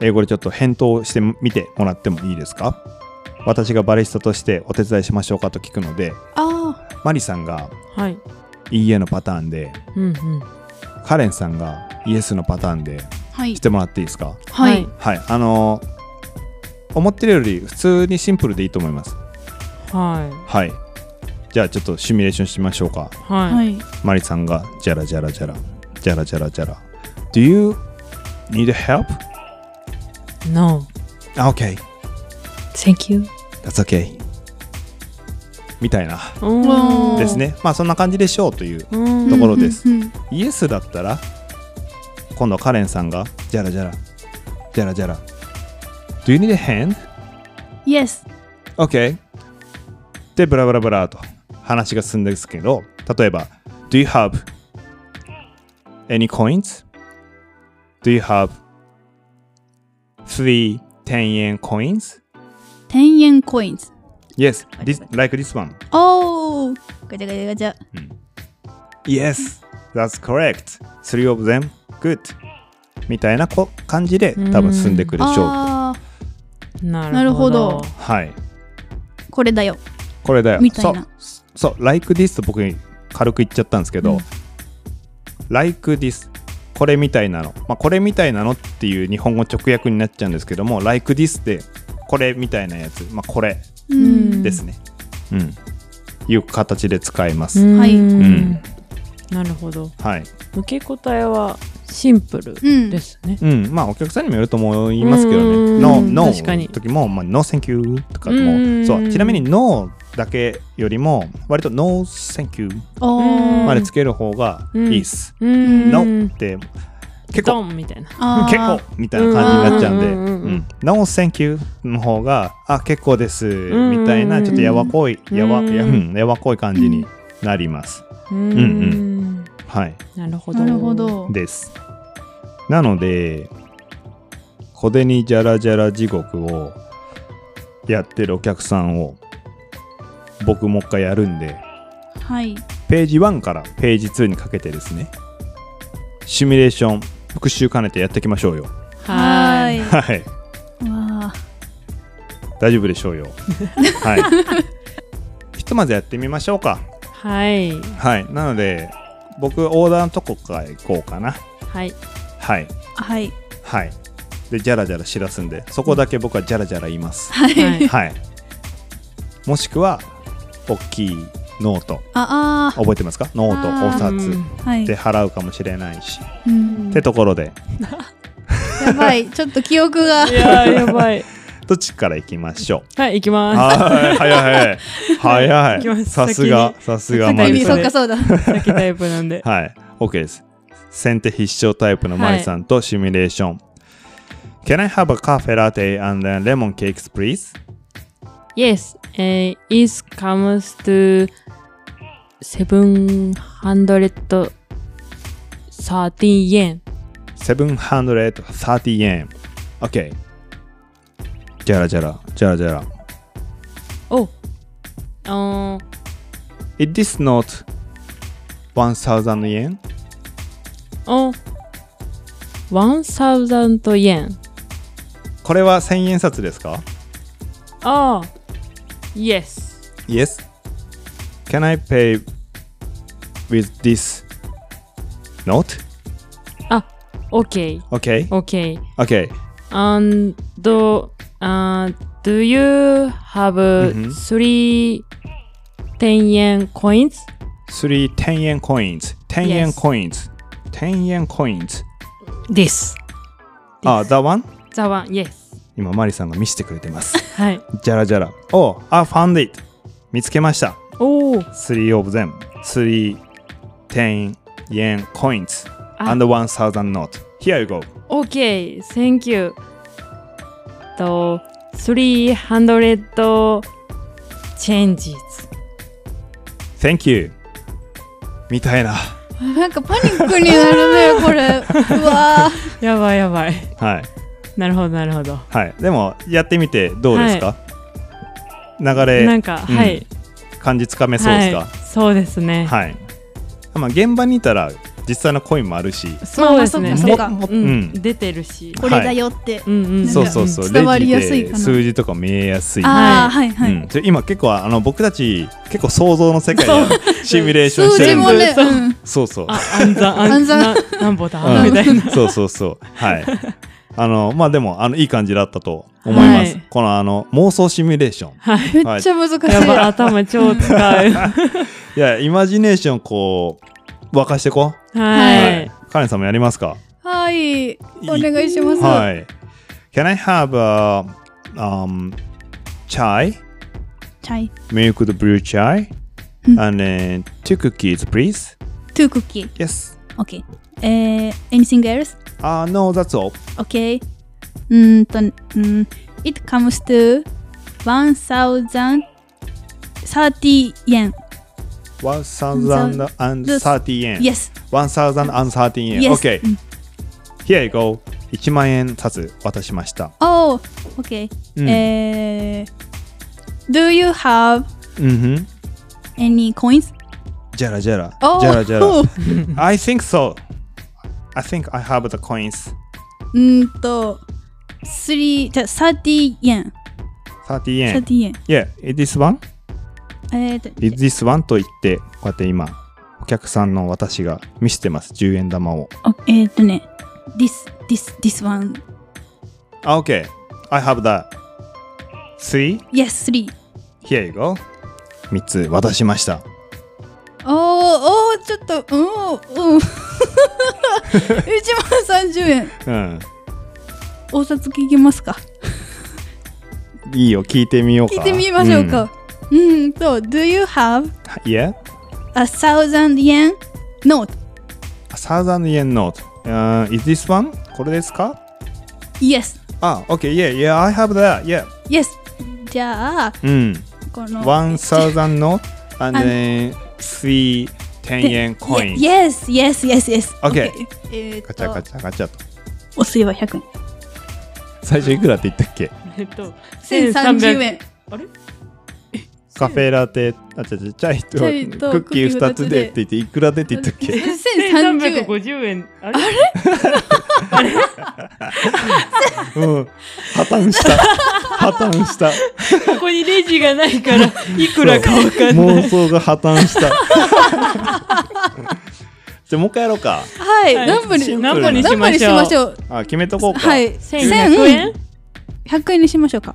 [SPEAKER 1] 英語でちょっと返答してみてもらってもいいですか私がバリスタとしてお手伝いしましょうかと聞くので
[SPEAKER 2] あ
[SPEAKER 1] マリさんが
[SPEAKER 3] はい。
[SPEAKER 1] いいえのパターンで
[SPEAKER 3] うんうん。
[SPEAKER 1] カレンさんがイエスのパターンで
[SPEAKER 2] あはい
[SPEAKER 1] してもらっていいですか
[SPEAKER 2] はい、
[SPEAKER 1] はいあのー思ってるより普通にシンプルでいいと思います
[SPEAKER 3] は
[SPEAKER 1] はいじゃあちょっとシミュレーションしましょうか
[SPEAKER 3] い。は。
[SPEAKER 2] はいい
[SPEAKER 1] マリさんがジャラジャラジャラジャラジャラジャラ Do you need help?
[SPEAKER 3] No.
[SPEAKER 1] Ah, Okay
[SPEAKER 3] Thank you.
[SPEAKER 1] that's okay みたいな
[SPEAKER 2] おー
[SPEAKER 1] ですねまあそんな感じでしょうという
[SPEAKER 3] うん。
[SPEAKER 1] ところです
[SPEAKER 2] うんうんうん
[SPEAKER 1] イエスだったら今度はカレンさんがジャラジャラジャラジャラ Do you need a hand?
[SPEAKER 2] Yes
[SPEAKER 1] OK でブラブラブラと話が進んでですけど例えば Do you have any coins? Do you have three 10 yen coins?
[SPEAKER 2] 10円コインズ
[SPEAKER 1] Yes, this, like this one.
[SPEAKER 2] おーガチャガチャガチャ
[SPEAKER 1] Yes, that's correct. Three of them. Good. みたいなこ感じで多分進んでくるでしょうと。
[SPEAKER 2] あ
[SPEAKER 3] なるほど。
[SPEAKER 1] はい。
[SPEAKER 2] ーこれだよ
[SPEAKER 1] これだよ
[SPEAKER 2] みたいな
[SPEAKER 1] そうそう「like this」と僕に軽く言っちゃったんですけど「like this」これみたいなの、まあ、これみたいなのっていう日本語直訳になっちゃうんですけども「like this」でこれみたいなやつ、まあ、これ
[SPEAKER 2] う
[SPEAKER 3] うん
[SPEAKER 2] ん
[SPEAKER 1] ですねうん、いう形で使います、
[SPEAKER 3] うん
[SPEAKER 2] はい
[SPEAKER 1] ん
[SPEAKER 3] なるほど。
[SPEAKER 1] はい、
[SPEAKER 3] 受け答えはシンプル
[SPEAKER 2] うん
[SPEAKER 3] ですね。
[SPEAKER 1] うん、まあお客さんにもよると思いますけどね「
[SPEAKER 3] うん
[SPEAKER 1] no」の
[SPEAKER 3] 確かに
[SPEAKER 1] 時も「まあ、no thank you」とか
[SPEAKER 3] う
[SPEAKER 1] も
[SPEAKER 3] ん
[SPEAKER 1] そうちなみに「no」だけよりも割と「no thank you」
[SPEAKER 2] お
[SPEAKER 3] うん
[SPEAKER 1] ま
[SPEAKER 2] ー
[SPEAKER 1] でつける方がいいっす、
[SPEAKER 3] う
[SPEAKER 1] の
[SPEAKER 3] ん。
[SPEAKER 1] って結
[SPEAKER 3] ド
[SPEAKER 1] 構
[SPEAKER 3] ンみたいな。
[SPEAKER 2] あー
[SPEAKER 1] 結構みたいな感じになっちゃうんで
[SPEAKER 3] うんうんうんうん
[SPEAKER 1] うん「No thank you」の方が「あ結構です」
[SPEAKER 3] んうん
[SPEAKER 1] みたいなちょっとやわこいやわ
[SPEAKER 3] うん
[SPEAKER 1] やうんやわこい感じになります
[SPEAKER 3] う。
[SPEAKER 1] うんはい
[SPEAKER 3] なるほど。
[SPEAKER 2] なるほ。ど
[SPEAKER 1] ですなので「小銭じゃらじゃら地獄」をやってるお客さんを僕もう一回やるんで
[SPEAKER 2] はい
[SPEAKER 1] ページ1からページ2にかけてですねシミュレーション復習兼ねてやっていきましょうよ
[SPEAKER 3] はーい。
[SPEAKER 1] はい
[SPEAKER 2] いわ
[SPEAKER 1] 大丈夫でしょう
[SPEAKER 3] <laughs>
[SPEAKER 1] よ。はい。ひとまずやってみましょうか。
[SPEAKER 3] はい。
[SPEAKER 1] はい。なので、僕、オーダーのとこから行こうかな。
[SPEAKER 3] はい。
[SPEAKER 1] はい。
[SPEAKER 2] ーはい
[SPEAKER 1] はい。で、じゃらじゃら知らすんで、そこだけ僕はじゃらじゃら言います。
[SPEAKER 2] はい
[SPEAKER 1] はい。もしくは、大きいノート。
[SPEAKER 2] あ
[SPEAKER 1] 覚えてますかノート、
[SPEAKER 2] あー
[SPEAKER 1] お札
[SPEAKER 2] あーはい
[SPEAKER 1] で払うかもしれないし。
[SPEAKER 2] うん
[SPEAKER 1] ってところで、
[SPEAKER 2] やばいちょっと記憶
[SPEAKER 1] <laughs>
[SPEAKER 2] が
[SPEAKER 3] いやーやばい。
[SPEAKER 1] どっちから行きましょう。
[SPEAKER 3] はい、行きま
[SPEAKER 1] はい、早い。
[SPEAKER 3] <laughs> 行き
[SPEAKER 1] 早
[SPEAKER 3] ま
[SPEAKER 1] い。
[SPEAKER 3] す
[SPEAKER 1] さすが、さすが
[SPEAKER 3] 先に
[SPEAKER 1] マリさ
[SPEAKER 2] そ
[SPEAKER 1] ん
[SPEAKER 2] う。かそうだ
[SPEAKER 3] す。先タイプなんで。
[SPEAKER 1] はい、OK です。先手必勝タイプのマリさんとシミュレーション。Can I have a cafe latte and then lemon cakes, please?
[SPEAKER 3] Yes, uh, it comes to 700 30円。
[SPEAKER 1] 730円。OK。じゃらじゃら、じゃらじゃら。
[SPEAKER 3] Oh. Uh,
[SPEAKER 1] It is not 1000 yen?
[SPEAKER 3] oh. 1000 yen.
[SPEAKER 1] これは1000円札ですか
[SPEAKER 3] Oh. Yes.
[SPEAKER 1] Yes. Can I pay with this note?
[SPEAKER 3] Ah, okay.
[SPEAKER 1] Okay.
[SPEAKER 3] Okay.
[SPEAKER 1] Okay.
[SPEAKER 3] And uh, do you have
[SPEAKER 1] Mhm.
[SPEAKER 3] three 10 yen coins?
[SPEAKER 1] 3 10 yen coins. 10 yen
[SPEAKER 3] Yes.
[SPEAKER 1] coins. 10 yen coins.
[SPEAKER 3] This.
[SPEAKER 1] あ、that one?
[SPEAKER 3] The one, yes.
[SPEAKER 1] 今、マリさんが見せてくれてます。 <laughs>
[SPEAKER 3] はい。
[SPEAKER 1] じゃらじゃら。Oh, I found it. 見つけました。
[SPEAKER 3] Oh.
[SPEAKER 1] 3 of them. 3 10 yen coins.
[SPEAKER 3] あ
[SPEAKER 1] And 1000 note. Here you go.
[SPEAKER 3] Okay, thank you. と、300 changes.
[SPEAKER 1] Thank you. みたいな。
[SPEAKER 2] なんかパニックになるねこれうわー
[SPEAKER 3] やばいやばい。
[SPEAKER 1] はい。
[SPEAKER 3] なるほどなるほど。
[SPEAKER 1] はい。でも、やってみてどうですか、流れ。
[SPEAKER 3] なんか、
[SPEAKER 1] うん
[SPEAKER 3] はい。
[SPEAKER 1] 感じつかめそうですか
[SPEAKER 3] はい、そうですね。
[SPEAKER 1] はい、まあ、現場にいたら実際のコインもあるし
[SPEAKER 3] そうですね。
[SPEAKER 2] まあそ
[SPEAKER 3] で
[SPEAKER 2] っかそっか
[SPEAKER 1] もも
[SPEAKER 3] う
[SPEAKER 1] うん
[SPEAKER 3] ん、出てるし。
[SPEAKER 2] これだよって、
[SPEAKER 3] うんうんん。
[SPEAKER 1] そうそうそう
[SPEAKER 2] 伝わりやすいかな
[SPEAKER 1] レジで数字とか見えやすい
[SPEAKER 2] ああはいはい、
[SPEAKER 1] うん、で今結構あの僕たち結構想像の世界で <laughs> シミュレーションし
[SPEAKER 2] 数
[SPEAKER 1] て
[SPEAKER 2] 字
[SPEAKER 1] るん
[SPEAKER 2] も
[SPEAKER 1] で、
[SPEAKER 2] ね、
[SPEAKER 3] そう
[SPEAKER 2] うん
[SPEAKER 1] そうそう、
[SPEAKER 3] あ、暗算、暗
[SPEAKER 2] 暗算
[SPEAKER 3] 算、ななんぼだ、
[SPEAKER 1] うん
[SPEAKER 3] みたいな。
[SPEAKER 1] そうそうそう
[SPEAKER 2] <laughs>
[SPEAKER 1] はいあのまあでもあのいい感じだったと思います、
[SPEAKER 3] はい
[SPEAKER 1] このあの妄想シミュレーション
[SPEAKER 2] めっちゃ難しい、
[SPEAKER 3] やばい、頭
[SPEAKER 1] <laughs>
[SPEAKER 3] 超使う。
[SPEAKER 1] いやイマジネーションこう沸かしてこ
[SPEAKER 3] はい。
[SPEAKER 1] カレンさんもやりますか
[SPEAKER 2] はいお願いします、
[SPEAKER 1] はい。Can I have a um, chai,
[SPEAKER 2] チャイ
[SPEAKER 1] milk the blue chai,
[SPEAKER 2] うん
[SPEAKER 1] and then two cookies, please?
[SPEAKER 2] two cookie
[SPEAKER 1] Yes.
[SPEAKER 2] okay えー、anything else
[SPEAKER 1] Ah, no, that's all.
[SPEAKER 2] okay うーんとうん it comes to 1030 yen
[SPEAKER 1] One thousand and thirty yen.
[SPEAKER 2] yes
[SPEAKER 1] One thousand and thirty yen.
[SPEAKER 2] Yes.
[SPEAKER 1] Okay. Here you go. 1万円札渡しました。
[SPEAKER 2] oh okay、
[SPEAKER 1] うん
[SPEAKER 2] えー、do you have
[SPEAKER 1] うんふん。
[SPEAKER 2] any coins
[SPEAKER 1] じゃらじゃら。
[SPEAKER 2] oh
[SPEAKER 1] じゃらじ
[SPEAKER 2] う
[SPEAKER 1] ゃ
[SPEAKER 2] <laughs>
[SPEAKER 1] ら。I think so. I think I have the coins.
[SPEAKER 2] ーんと3じゃ30 yen 30
[SPEAKER 1] 30 yen.
[SPEAKER 2] yen
[SPEAKER 1] Yeah, this one?
[SPEAKER 2] えーと
[SPEAKER 1] Is this one? と言って、こうやって今、お客さんの私が見せてます、10円玉を。
[SPEAKER 2] おえー、っとね this this this one
[SPEAKER 1] あ、OK。I have that. Three?
[SPEAKER 2] yes three
[SPEAKER 1] Here you go. 3つ渡しました。
[SPEAKER 2] おーおーちょっとうんうん1万30円
[SPEAKER 1] うん。
[SPEAKER 2] お札聞きますか
[SPEAKER 1] いいよ、聞いてみようか。
[SPEAKER 2] 聞いてみましょうかうん、と Do you have
[SPEAKER 1] うん。yeah?
[SPEAKER 2] a thousand yen note?
[SPEAKER 1] A thousand yen note. Uh, is this one? これですか
[SPEAKER 2] Yes
[SPEAKER 1] あ、OK. Yeah, yeah, I have that. Yeah.
[SPEAKER 2] Yes じゃあ
[SPEAKER 1] うん。
[SPEAKER 2] この
[SPEAKER 1] One thousand note and then three ten yen coins.
[SPEAKER 2] Yes yes yes yes
[SPEAKER 1] Okay
[SPEAKER 2] えー、
[SPEAKER 1] ガチャガ
[SPEAKER 2] っと
[SPEAKER 1] チャガチャと。
[SPEAKER 2] お水は100円
[SPEAKER 1] 最初いくらって言ったっけ
[SPEAKER 3] えっと、
[SPEAKER 2] 1030円
[SPEAKER 3] あれ
[SPEAKER 1] カフェラテ、あ、ちゃちゃ、チャイと
[SPEAKER 2] チャイと
[SPEAKER 1] クッキー
[SPEAKER 2] クッキー
[SPEAKER 1] 2
[SPEAKER 2] 二
[SPEAKER 1] つ
[SPEAKER 2] つ
[SPEAKER 1] で
[SPEAKER 2] で
[SPEAKER 1] って言って、いくらでって言ったっけ
[SPEAKER 2] 1030円
[SPEAKER 3] 1350円。あれ
[SPEAKER 1] うん。破綻した。破綻した。
[SPEAKER 3] ここにレジがないから、いくらかわかんな
[SPEAKER 1] 妄
[SPEAKER 3] い。
[SPEAKER 1] 想が破綻
[SPEAKER 3] <laughs>
[SPEAKER 1] した。じゃあ、もう一回やろうか。
[SPEAKER 2] はい、
[SPEAKER 3] はい
[SPEAKER 2] 何分に
[SPEAKER 1] シンプル
[SPEAKER 3] 何本にし
[SPEAKER 2] 何
[SPEAKER 3] ま
[SPEAKER 2] 本に
[SPEAKER 3] し
[SPEAKER 2] し
[SPEAKER 3] ょう
[SPEAKER 2] ましょう
[SPEAKER 1] あ、決めとこうか。
[SPEAKER 2] はい。
[SPEAKER 3] 1100円
[SPEAKER 2] 100円にしましょうか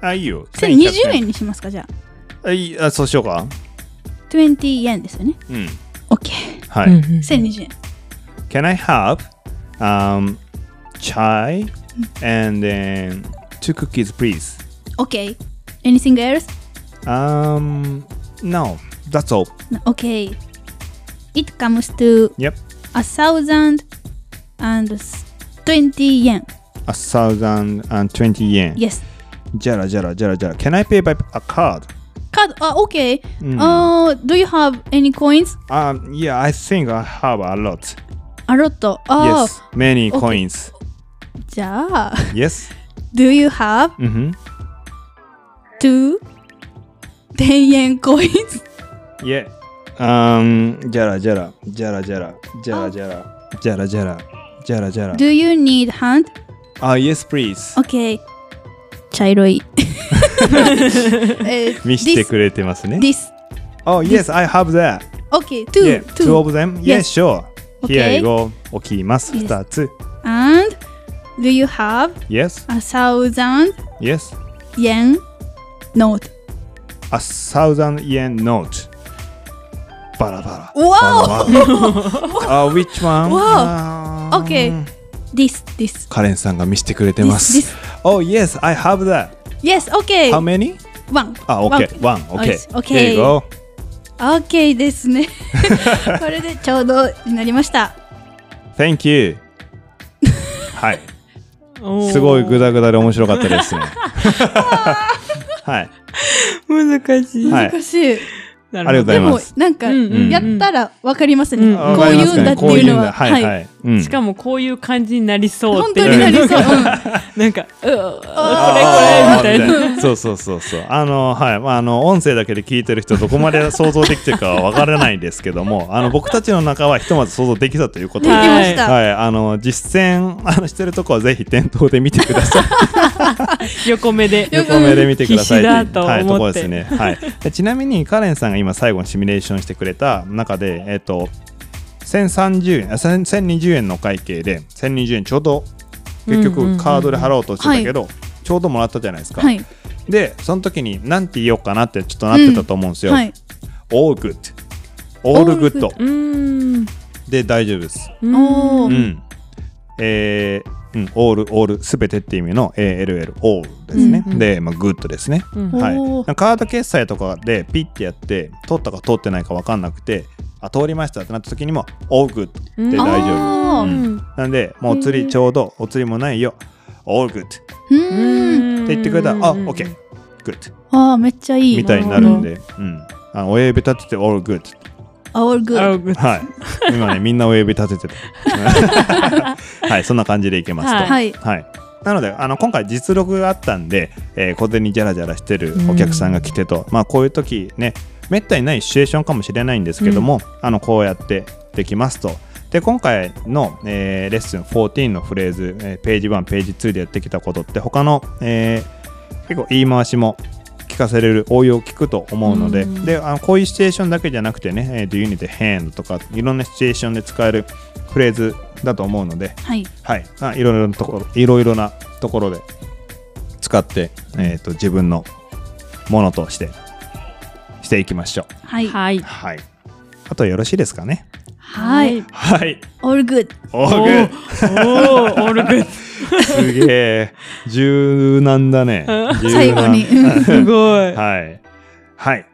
[SPEAKER 1] あ、いいよ。
[SPEAKER 2] 1020円にしますかじゃあ
[SPEAKER 1] あいいあ、そうしようか。
[SPEAKER 2] 20円ですよね
[SPEAKER 1] うん。
[SPEAKER 2] OK1020
[SPEAKER 1] はい。
[SPEAKER 2] 円
[SPEAKER 1] 1020 Can I have, um, chai and then two cookies, please?
[SPEAKER 2] OK anything else
[SPEAKER 1] Um, no, that's all.
[SPEAKER 2] No, OK it comes to
[SPEAKER 1] Yep.
[SPEAKER 2] a thousand and twenty yen
[SPEAKER 1] A thousand and twenty yen.
[SPEAKER 2] yes
[SPEAKER 1] じゃらじゃらじゃらじゃら。Can I pay by a card?
[SPEAKER 2] card あ OK
[SPEAKER 1] うん
[SPEAKER 2] uh, do you have any coins
[SPEAKER 1] Um, yeah, I think I have a lot.
[SPEAKER 2] あろっと。ああ、
[SPEAKER 1] Yes, many
[SPEAKER 2] Okay.
[SPEAKER 1] coins.
[SPEAKER 2] じゃあ、 <laughs>
[SPEAKER 1] Yes?
[SPEAKER 2] Do you have
[SPEAKER 1] Mhm.
[SPEAKER 2] two 10円コイン
[SPEAKER 1] Yeah. Um, jara jara, jara jara, jara
[SPEAKER 2] Oh.
[SPEAKER 1] jara, jara jara, jara jara.
[SPEAKER 2] ?Do you need hand?
[SPEAKER 1] Ah, yes, please.
[SPEAKER 2] Okay. 茶色い。 <laughs> えー
[SPEAKER 1] 見してくれてますね。
[SPEAKER 2] This.
[SPEAKER 1] Oh, yes, I have that.
[SPEAKER 2] Okay,
[SPEAKER 1] Yeah,
[SPEAKER 2] two.
[SPEAKER 1] two
[SPEAKER 2] two.
[SPEAKER 1] of them.
[SPEAKER 2] Yes.
[SPEAKER 1] Yes, sure. Here
[SPEAKER 2] Okay.
[SPEAKER 1] you go. 置きます。
[SPEAKER 2] Yes.
[SPEAKER 1] 二つ。
[SPEAKER 2] And do you have
[SPEAKER 1] Yes,
[SPEAKER 2] a thousand
[SPEAKER 1] yes.
[SPEAKER 2] yen note?
[SPEAKER 1] A thousand yen note. バラバラ。
[SPEAKER 2] Wow! <laughs>
[SPEAKER 1] あ、which one?
[SPEAKER 2] Wow. Okay. This, this.
[SPEAKER 1] カレンさんが見せてくれてま
[SPEAKER 2] This,
[SPEAKER 1] す。
[SPEAKER 2] this.
[SPEAKER 1] Oh, yes, I have that.
[SPEAKER 2] Yes, okay.
[SPEAKER 1] How many?
[SPEAKER 2] One.
[SPEAKER 1] あ、OK。one.
[SPEAKER 2] Okay.
[SPEAKER 1] OK. There you go.
[SPEAKER 2] OK です
[SPEAKER 1] <laughs>
[SPEAKER 2] ね。これでちょうどになりました。
[SPEAKER 1] Thank you. はい。
[SPEAKER 3] おー
[SPEAKER 1] すごいグダグダで面白かったですね。はい。
[SPEAKER 3] 難しい。
[SPEAKER 1] はい
[SPEAKER 2] 難しい。
[SPEAKER 3] な
[SPEAKER 1] ありがとうご
[SPEAKER 3] るほど
[SPEAKER 1] ざ
[SPEAKER 2] でも
[SPEAKER 1] います、
[SPEAKER 2] なんか、
[SPEAKER 3] うん
[SPEAKER 1] うん
[SPEAKER 2] やったらわかります
[SPEAKER 3] う
[SPEAKER 2] ね。
[SPEAKER 3] ん
[SPEAKER 2] こ
[SPEAKER 1] あ
[SPEAKER 2] ういうんだっていうのは。
[SPEAKER 1] わかりますかねこういうんだはい、はい。うん
[SPEAKER 3] しかもこういう感じになりそう
[SPEAKER 2] 本
[SPEAKER 3] って
[SPEAKER 2] 当
[SPEAKER 3] いう
[SPEAKER 2] になりそう。
[SPEAKER 3] なんか、うわ
[SPEAKER 1] あー
[SPEAKER 3] これこれみたいな。
[SPEAKER 1] そうそうそうそうあのはいまああの音声だけで聞いてる人どこまで想像できてるかは分からないですけどもあの僕たちの中はひとまず想像できたということで、
[SPEAKER 2] でき
[SPEAKER 1] は、
[SPEAKER 3] はい
[SPEAKER 2] ました。
[SPEAKER 1] あの実践あのしてるとこはぜひ店頭で見てください
[SPEAKER 3] 横目で。
[SPEAKER 1] 横目で見てください
[SPEAKER 3] 必死だと思って
[SPEAKER 1] はい、ところですね、はい、でちなみにカレンさんが今最後にシミュレーションしてくれた中でえっ、と1030円あ1000 1020円のお会計で1020円ちょうど結
[SPEAKER 3] うんうんうんう
[SPEAKER 1] 局
[SPEAKER 3] ん
[SPEAKER 1] カードで払おうとしてたけど、ちょうどもらったじゃないですか、
[SPEAKER 2] はい。
[SPEAKER 1] でその時に何て言おうかなってちょっとなってたと思うんですよ。
[SPEAKER 2] はい。
[SPEAKER 1] オーグッドオールグッド
[SPEAKER 2] all
[SPEAKER 3] うーん。
[SPEAKER 1] で大丈夫です。
[SPEAKER 2] お
[SPEAKER 1] う
[SPEAKER 2] ー
[SPEAKER 1] ん。えーうん、オールオールすべてって意味の ALL オールですね。
[SPEAKER 3] うんうん
[SPEAKER 1] で、まあ、グッドですね。
[SPEAKER 3] うん
[SPEAKER 2] おー
[SPEAKER 1] はい、カード決済とかでピッてやって通ったか通ってないか分かんなくてあ通りましたってなった時にもオーグッド
[SPEAKER 3] うん
[SPEAKER 1] で大丈夫。
[SPEAKER 2] あー
[SPEAKER 3] うん
[SPEAKER 1] なんでもう釣りちょうどお釣りもないよオールグッドって
[SPEAKER 2] う
[SPEAKER 3] う
[SPEAKER 2] ーん。
[SPEAKER 3] ん
[SPEAKER 1] 言ってくれたらあオッケーグッ
[SPEAKER 2] ああ、めっちゃい
[SPEAKER 1] ド
[SPEAKER 2] い。
[SPEAKER 1] みたいになるんで、うん、あの親指立ててオールグッド
[SPEAKER 2] あおるぐ。
[SPEAKER 3] あグッ
[SPEAKER 1] はい。今ね、みんな親指立ててた。はい、そんな感じでいけますと。はい。
[SPEAKER 2] はい。
[SPEAKER 1] なので、あの、今回実力があったんで、えー小銭ジャラジャラしてるお客さんが来てと、まあ、こういう時ね、めったにないシチュエーションかもしれないんですけども、あの、こうやってできますと。で、今回の、えーレッスン14のフレーズ、えーページ1、ページ2でやってきたことって、他の、えー結構言い回しも聞かせれる応用を聞くと思うので,、
[SPEAKER 3] うん
[SPEAKER 1] であのこういうシチュエーションだけじゃなくてね「えー Do you need a hand?」とかいろんなシチュエーションで使えるフレーズだと思うので、
[SPEAKER 2] はい。
[SPEAKER 1] はい、あいろいろなところいろいろなところで使って、えー、と自分のものとしてしていきましょ
[SPEAKER 2] はい。は
[SPEAKER 3] はい。
[SPEAKER 1] う。はい、あとよろしいですかね。
[SPEAKER 2] い。。
[SPEAKER 1] はい。
[SPEAKER 2] オールグッ
[SPEAKER 1] お
[SPEAKER 3] お
[SPEAKER 1] ー
[SPEAKER 3] ーおー、オールグッ
[SPEAKER 1] すげえ柔軟だ <laughs> ね。柔
[SPEAKER 2] ド。
[SPEAKER 1] 軟
[SPEAKER 2] 最後に。うん
[SPEAKER 3] ド。すごい。
[SPEAKER 1] はい。はい。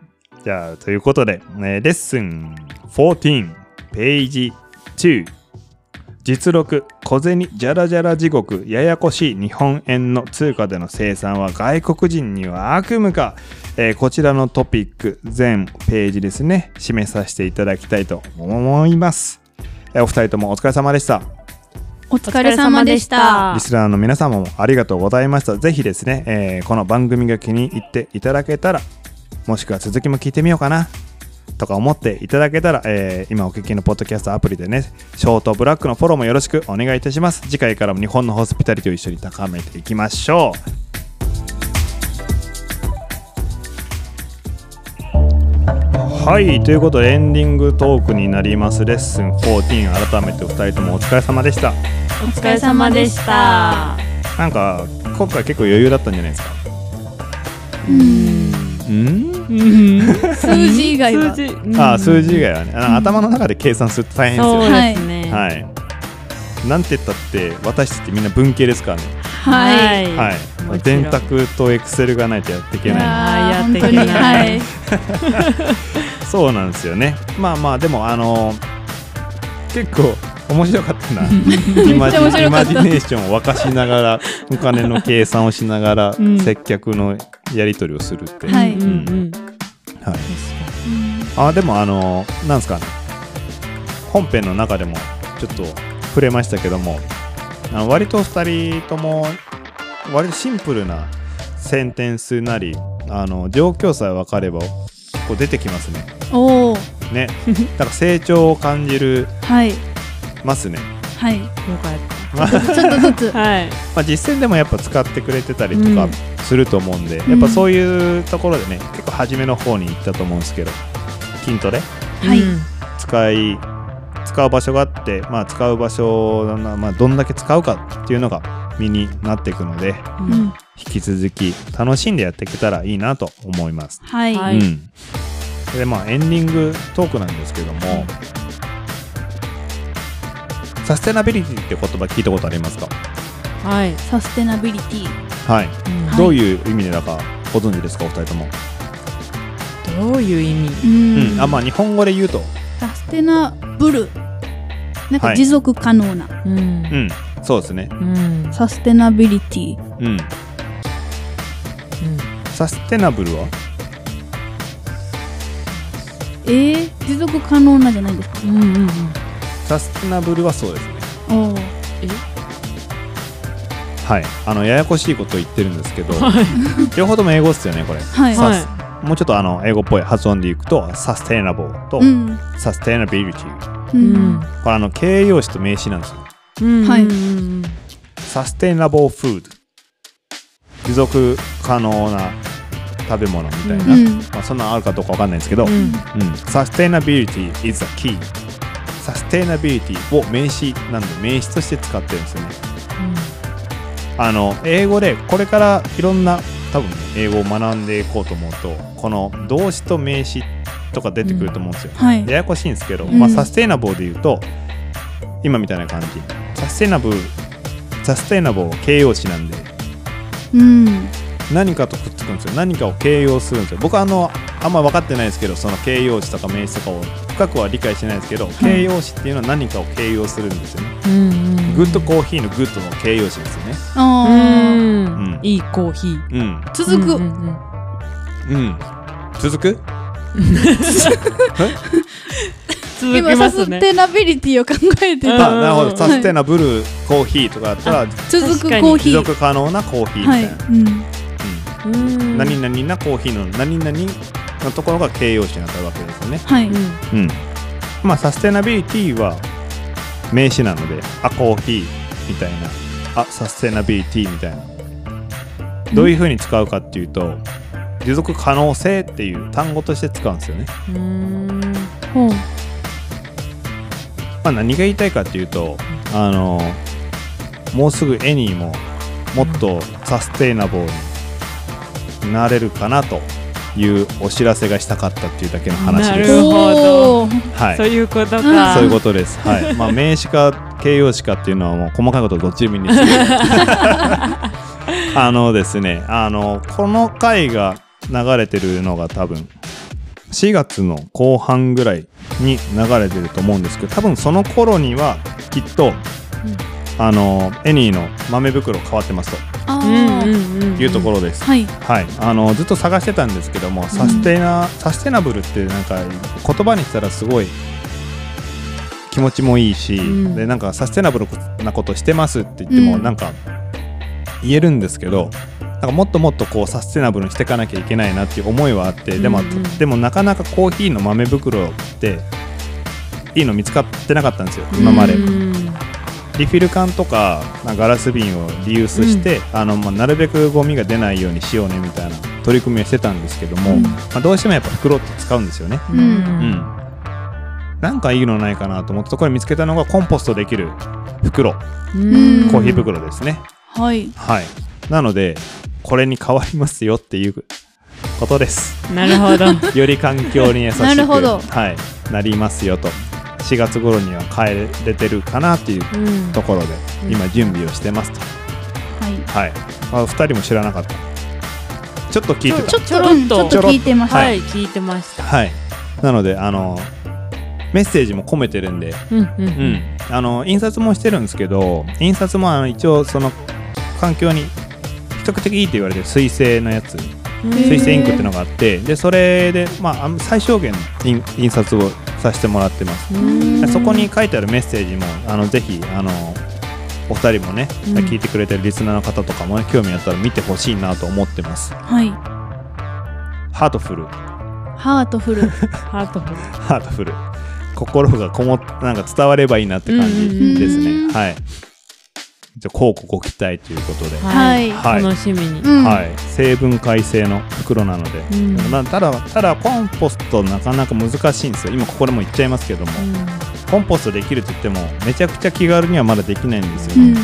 [SPEAKER 1] じゃあ、ということで、えーレッスン14、ページ2。実録、小銭、じゃらじゃら地獄、ややこしい日本円の通貨での生産は外国人には悪夢か。えーこちらのトピック、全ページですね、締めさせていただきたいと思います。えーお二人ともお疲れ様でした。
[SPEAKER 2] お疲れ様でした。
[SPEAKER 1] リスナーの皆様もありがとうございました。ぜひですね、えーこの番組が気に入っていただけたら、もしくは続きも聞いてみようかな、とか思っていただけたら、えー今お聞きのポッドキャストアプリでね、ショートブラックのフォローもよろしくお願いいたします。次回からも日本のホスピタリティを一緒に高めていきましょう。はい、ということでエンディングトークになります。レッスン14、改めてお二人ともお疲れ様でした。
[SPEAKER 3] お疲れ様でした。
[SPEAKER 1] なんか今回結構余裕だったんじゃないですか
[SPEAKER 2] うん
[SPEAKER 1] うん
[SPEAKER 3] うん
[SPEAKER 2] 数字以外は。
[SPEAKER 3] 数字うん
[SPEAKER 1] あー数字以外はね、あの頭の中で計算すると大変です
[SPEAKER 3] そう
[SPEAKER 1] よ
[SPEAKER 3] で
[SPEAKER 1] ね
[SPEAKER 3] すね。
[SPEAKER 1] はいなんて言ったって私たちってみんな文系ですからね
[SPEAKER 2] はい。
[SPEAKER 3] い
[SPEAKER 1] はい
[SPEAKER 3] もちろん
[SPEAKER 1] 電卓とエクセルがないとやっていけ
[SPEAKER 3] い
[SPEAKER 1] な
[SPEAKER 3] や
[SPEAKER 2] や
[SPEAKER 3] ーやっていけ
[SPEAKER 2] 本当には
[SPEAKER 3] ない
[SPEAKER 2] い。
[SPEAKER 1] いそうなんですよねまあまあでもあの結構面白かったなイ
[SPEAKER 2] め
[SPEAKER 1] マジ
[SPEAKER 2] っちゃ面白
[SPEAKER 1] イ
[SPEAKER 2] か
[SPEAKER 1] マ
[SPEAKER 2] った
[SPEAKER 1] ジネーションを沸かしながらお金の計算をしながら、
[SPEAKER 3] うん
[SPEAKER 1] 接客のやり取りをするって、
[SPEAKER 2] はい
[SPEAKER 3] うんうんうん
[SPEAKER 1] はいあでもあのなんですかね本編の中でもちょっと触れましたけどもあの割と2人とも割とシンプルなセンテンスなりあの状況さえ分かればこう出てきますね
[SPEAKER 2] おお
[SPEAKER 1] ねだから成長を感じる
[SPEAKER 2] はい
[SPEAKER 1] ますね、
[SPEAKER 2] はい
[SPEAKER 3] よかっ
[SPEAKER 1] まあ
[SPEAKER 2] ちょっとず
[SPEAKER 3] <laughs>
[SPEAKER 2] つ
[SPEAKER 3] たはい
[SPEAKER 1] まあ、実践でもやっぱ使ってくれてたりとか
[SPEAKER 3] うん
[SPEAKER 1] すると思うんで、
[SPEAKER 2] ん
[SPEAKER 1] やっぱそういうところでね結構初めの方に行ったと思うんですけど筋トレ
[SPEAKER 2] はい
[SPEAKER 3] うん
[SPEAKER 1] 使い使う場所があって、まあ、使う場所をな、まあ、どんだけ使うかっていうのが身になっていくので
[SPEAKER 2] うん
[SPEAKER 1] 引き続き楽しんでやっていけたらいいなと思います。
[SPEAKER 2] はい
[SPEAKER 3] は
[SPEAKER 2] はいい
[SPEAKER 1] うん、でまあエンディングトークなんですけどもサステナビリティって言葉聞いたことありますか
[SPEAKER 3] はい、
[SPEAKER 2] サステナビリティ
[SPEAKER 1] はい、
[SPEAKER 3] うん
[SPEAKER 1] どういう意味でだかご存知ですかお二人とも、
[SPEAKER 3] どういう意味
[SPEAKER 2] うん、
[SPEAKER 1] うんあまあ日本語で言うと、
[SPEAKER 2] サステナブルなん
[SPEAKER 1] は
[SPEAKER 2] か
[SPEAKER 1] い
[SPEAKER 2] 持続可能な、
[SPEAKER 3] うん
[SPEAKER 1] うん、そうですね
[SPEAKER 3] うんうん
[SPEAKER 2] サステナビリティ
[SPEAKER 1] うんサステナブルは
[SPEAKER 2] えー、持続可能なじゃないんですか
[SPEAKER 3] うんうんうん
[SPEAKER 1] サステナブルはそうですね
[SPEAKER 2] おー
[SPEAKER 1] はいあのややこしいこと言ってるんですけど両方とも英語っすよねこれ
[SPEAKER 2] はい
[SPEAKER 1] サ
[SPEAKER 3] はい
[SPEAKER 1] スもうちょっとあの英語っぽい発音でいくとサステナブルと
[SPEAKER 2] うん
[SPEAKER 1] サステナビリティ
[SPEAKER 2] う
[SPEAKER 3] うんん
[SPEAKER 1] これあの形容詞と名詞なんですよ
[SPEAKER 3] うん
[SPEAKER 2] はい
[SPEAKER 3] うん
[SPEAKER 1] サステナブルフード持続可能な食べ物みたいな、
[SPEAKER 2] うん
[SPEAKER 1] まあ、そんなのあるかどうかわかんないですけど、
[SPEAKER 3] う
[SPEAKER 1] うん
[SPEAKER 3] ん
[SPEAKER 1] サステナビリティ is a key サステナビリティを名詞なんで名詞として使ってるんですよねあの英語でこれからいろんな多分英語を学んでいこうと思うとこの動詞と名詞とか出てくると思うんですよ、
[SPEAKER 2] はい
[SPEAKER 1] ややこしいんですけど、
[SPEAKER 2] うん
[SPEAKER 1] まあ、サステイナブルで言うと今みたいな感じサステイナブルサステイナブル形容詞なんで
[SPEAKER 2] うん
[SPEAKER 1] 何かとくっつくんですよ何かを形容するんですよ僕はあのあんま分かってないですけどその形容詞とか名詞とかを深くは理解してないですけど、形容詞っていうのは何かを形容するんですよね、
[SPEAKER 3] うんうん
[SPEAKER 1] グッドコーヒーのグッドの形容詞ですよね
[SPEAKER 3] う
[SPEAKER 2] あー
[SPEAKER 3] ん
[SPEAKER 1] うん
[SPEAKER 3] いいコーヒー
[SPEAKER 1] うん
[SPEAKER 2] 続く、
[SPEAKER 3] うんうんうん
[SPEAKER 1] うん続く
[SPEAKER 3] 続
[SPEAKER 2] 今
[SPEAKER 3] き
[SPEAKER 2] サ
[SPEAKER 3] ます
[SPEAKER 2] ス
[SPEAKER 3] ね
[SPEAKER 2] テナビリティを考えて
[SPEAKER 3] う
[SPEAKER 1] あ
[SPEAKER 3] ん
[SPEAKER 2] た、
[SPEAKER 1] なるほど
[SPEAKER 2] はい
[SPEAKER 1] サステナブルコーヒーとかだったら
[SPEAKER 2] 続く
[SPEAKER 3] 確かに
[SPEAKER 2] コー
[SPEAKER 1] 持
[SPEAKER 2] ヒー
[SPEAKER 1] 続可能なコーヒーみ
[SPEAKER 2] は
[SPEAKER 1] た
[SPEAKER 2] い、
[SPEAKER 1] いな、
[SPEAKER 2] う
[SPEAKER 1] う
[SPEAKER 3] うん
[SPEAKER 1] ん、何々なコーヒーの何々のところが形容詞になったわけですよね、
[SPEAKER 2] ん、はい、
[SPEAKER 3] うん
[SPEAKER 1] うん、まあサステナビリティは名詞なのであコーヒーみたいなあサステナビリティみたいなどういうふうに使うかっていうと持続可能性っていう単語として使うんですよね、
[SPEAKER 3] うん
[SPEAKER 2] ほう
[SPEAKER 1] まあ、何が言いたいかっていうとあのもうすぐエニーももっとサステイナブルになれるかなというお知らせがしたかったっていうだけの話で
[SPEAKER 3] なる
[SPEAKER 1] す。
[SPEAKER 3] ほど
[SPEAKER 2] おー
[SPEAKER 1] はい
[SPEAKER 3] そういうこと
[SPEAKER 2] うん
[SPEAKER 3] か
[SPEAKER 1] そういうことです。はい。まあ名詞か形容詞かっていうのはもう細かいことどっちでもいいんですけど。あのですね、あの、この回が流れてるのが多分、4月の後半ぐらいに流れてると思うんですけど、多分その頃にはきっと、あの、エニーの豆袋変わってます
[SPEAKER 2] あ
[SPEAKER 3] うん
[SPEAKER 2] ー、
[SPEAKER 3] うんうん
[SPEAKER 1] というところです。
[SPEAKER 2] はい
[SPEAKER 1] はい、あのずっと探してたんですけども、サステナサステナブルってなんか言葉にしたらすごい気持ちもいいし、
[SPEAKER 3] ん
[SPEAKER 1] でなんかサステナブルなことしてますって言っても、
[SPEAKER 2] うん
[SPEAKER 1] なんか言えるんですけどなんかもっともっとこうサステナブルにしていかなきゃいけないなっていう思いはあって、でも
[SPEAKER 3] うんうん
[SPEAKER 1] でもなかなかコーヒーの豆袋っていいの見つかってなかったんですよ今まで。
[SPEAKER 3] うん
[SPEAKER 1] リフィル缶とかまあガラス瓶をリユースして、あのまあ、なるべくゴミが出ないようにしようねみたいな取り組みをしてたんですけど
[SPEAKER 2] う
[SPEAKER 1] も、
[SPEAKER 2] ん
[SPEAKER 1] まあ、どうしてもやっぱ袋って使うんですよね。
[SPEAKER 2] うん
[SPEAKER 1] うん、なんかいいのないかなと思ってところに見つけたのがコンポストできる袋
[SPEAKER 3] うん
[SPEAKER 1] コーヒー袋ですね。
[SPEAKER 2] はい
[SPEAKER 1] はい、なのでこれに変わりますよっていうことです。
[SPEAKER 3] なるほど
[SPEAKER 1] より環境に優しく
[SPEAKER 2] なるほど
[SPEAKER 1] はい、なりますよと4月頃には変えれてるかなっていう
[SPEAKER 3] うん
[SPEAKER 1] ところで
[SPEAKER 3] うん
[SPEAKER 1] 今準備をしてますと。
[SPEAKER 2] はい
[SPEAKER 1] はい。あ2人も知らなかった。ちょっと聞いて
[SPEAKER 3] ち
[SPEAKER 1] た。
[SPEAKER 3] ょちょろっ
[SPEAKER 2] ちょっ
[SPEAKER 3] と
[SPEAKER 2] と聞いてました、
[SPEAKER 3] はい聞いてました
[SPEAKER 1] はい。なので、あの、メッセージも込めてるんで、
[SPEAKER 3] うんう
[SPEAKER 1] うんん。あの、印刷もしてるんですけど、印刷もあの一応、その、環境に比較的いいって言われてる水性のやつ、
[SPEAKER 3] うん
[SPEAKER 2] へー
[SPEAKER 1] 水性インクっていうのがあって、で、それで、まああの、最小限の印印刷をさせてもらってます
[SPEAKER 3] うん
[SPEAKER 1] そこに書いてあるメッセージもあのぜひあのお二人もね、
[SPEAKER 3] うん
[SPEAKER 1] 聞いてくれてるリスナーの方とかも、ね、興味あったら見てほしいなと思ってます
[SPEAKER 2] はい。
[SPEAKER 1] ハートフル
[SPEAKER 2] ハートフル。
[SPEAKER 3] ハートフル
[SPEAKER 1] ハートフル心がこもなんか伝わればいいなって感じですね、
[SPEAKER 2] うんうんうん
[SPEAKER 1] はいじゃあこうこご期待ということで、
[SPEAKER 2] はい。
[SPEAKER 1] はい
[SPEAKER 3] 楽しみに、
[SPEAKER 2] うん。
[SPEAKER 1] はい、成分解性の袋なので、
[SPEAKER 3] うん
[SPEAKER 1] まあ、ただただコンポストなかなか難しいんですよ今ここでも言っちゃいますけども、コンポストできると言ってもめちゃくちゃ気軽にはまだできないんですよ、
[SPEAKER 2] うん。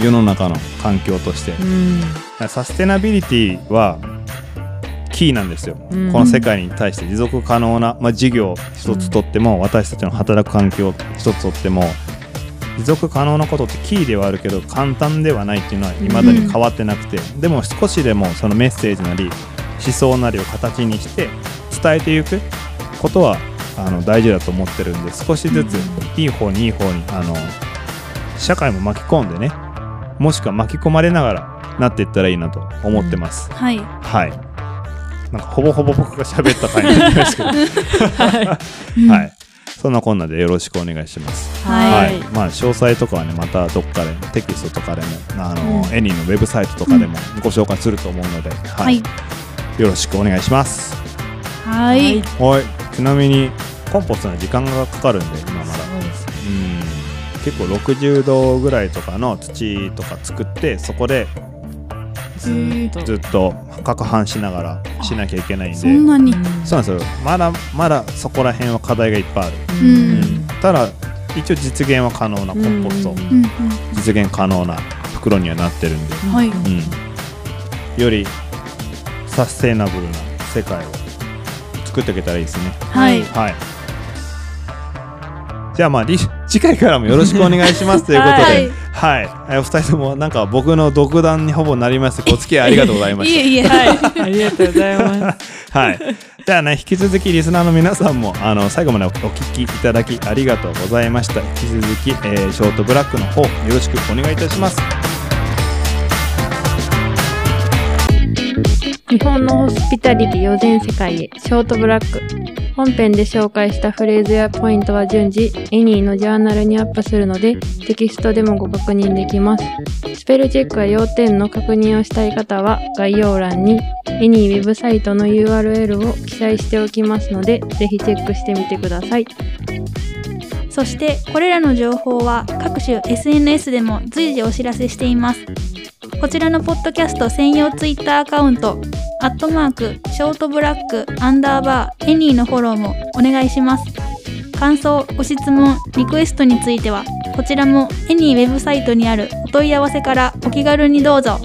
[SPEAKER 1] 世の中の環境として、
[SPEAKER 3] うん
[SPEAKER 1] サステナビリティはキーなんですよ、
[SPEAKER 3] うん
[SPEAKER 1] この世界に対して持続可能な、まあ、事業一つとっても、私たちの働く環境一つとっても持続可能なことってキーではあるけど簡単ではないっていうのは未だに変わってなくて、でも少しでもそのメッセージなり思想なりを形にして伝えていくことはあの大事だと思ってるんで少しずついい方にいい方にあの社会も巻き込んでねもしくは巻き込まれながらなっていったらいいなと思ってます、
[SPEAKER 2] はい。
[SPEAKER 1] はいなんかほぼほぼ僕が喋った感じになりますけど
[SPEAKER 2] うん
[SPEAKER 1] はい。そんなこんなでよろしくお願いします
[SPEAKER 2] は
[SPEAKER 1] はいい、まあ詳細とかはねまたどっかでテキストとかでもあの、
[SPEAKER 3] うん
[SPEAKER 1] エニーのウェブサイトとかでもご紹介すると思うので、は
[SPEAKER 2] はいい。
[SPEAKER 1] よろしくお願いします
[SPEAKER 2] は
[SPEAKER 3] はい
[SPEAKER 2] い。
[SPEAKER 1] はいちなみにコンポストには時間がかかるんで今まだ
[SPEAKER 3] そうですね
[SPEAKER 1] うん結構60度ぐらいとかの土とか作ってそこで
[SPEAKER 3] ずっと
[SPEAKER 1] ずっと攪拌しながらしなきゃいけないんで
[SPEAKER 2] そんなに。
[SPEAKER 1] そうなんですよまだまだそこら辺は課題がいっぱいある、
[SPEAKER 3] う
[SPEAKER 2] うん
[SPEAKER 3] ん
[SPEAKER 1] ただ一応実現は可能なコンポスト、
[SPEAKER 3] うん
[SPEAKER 2] うん。
[SPEAKER 1] 実現可能な袋にはなってるんで、
[SPEAKER 2] うん。はい。
[SPEAKER 1] うん、よりサステナブルな世界を作っていけたらいいですね
[SPEAKER 2] はい。
[SPEAKER 1] はいじゃあまあり次回からもよろしくお願いしますということではい、えお二人ともなんか僕の独断にほぼなりましてお付き合いありがとうございま
[SPEAKER 2] い
[SPEAKER 1] した
[SPEAKER 2] えいえ。
[SPEAKER 3] はいありがとうございます
[SPEAKER 1] はい。じゃあね、引き続きリスナーの皆さんも、あの、最後までお聞きいただきありがとうございました。引き続き、えーショートブラックの方、よろしくお願いいたします。
[SPEAKER 3] 日本のホスピタリティを全世界へショートブラック本編で紹介したフレーズやポイントは順次エニーのジャーナルにアップするのでテキストでもご確認できますスペルチェックや要点の確認をしたい方は概要欄にエニーウェブサイトの URL を記載しておきますのでぜひチェックしてみてください
[SPEAKER 2] そしてこれらの情報は各種 SNS でも随時お知らせしていますこちらのポッドキャスト専用ツイッターアカウントアットマークショートブラックアンダーバーエニーのフォローもお願いします感想ご質問リクエストについてはこちらもエニーウェブサイトにあるお問い合わせからお気軽にどうぞ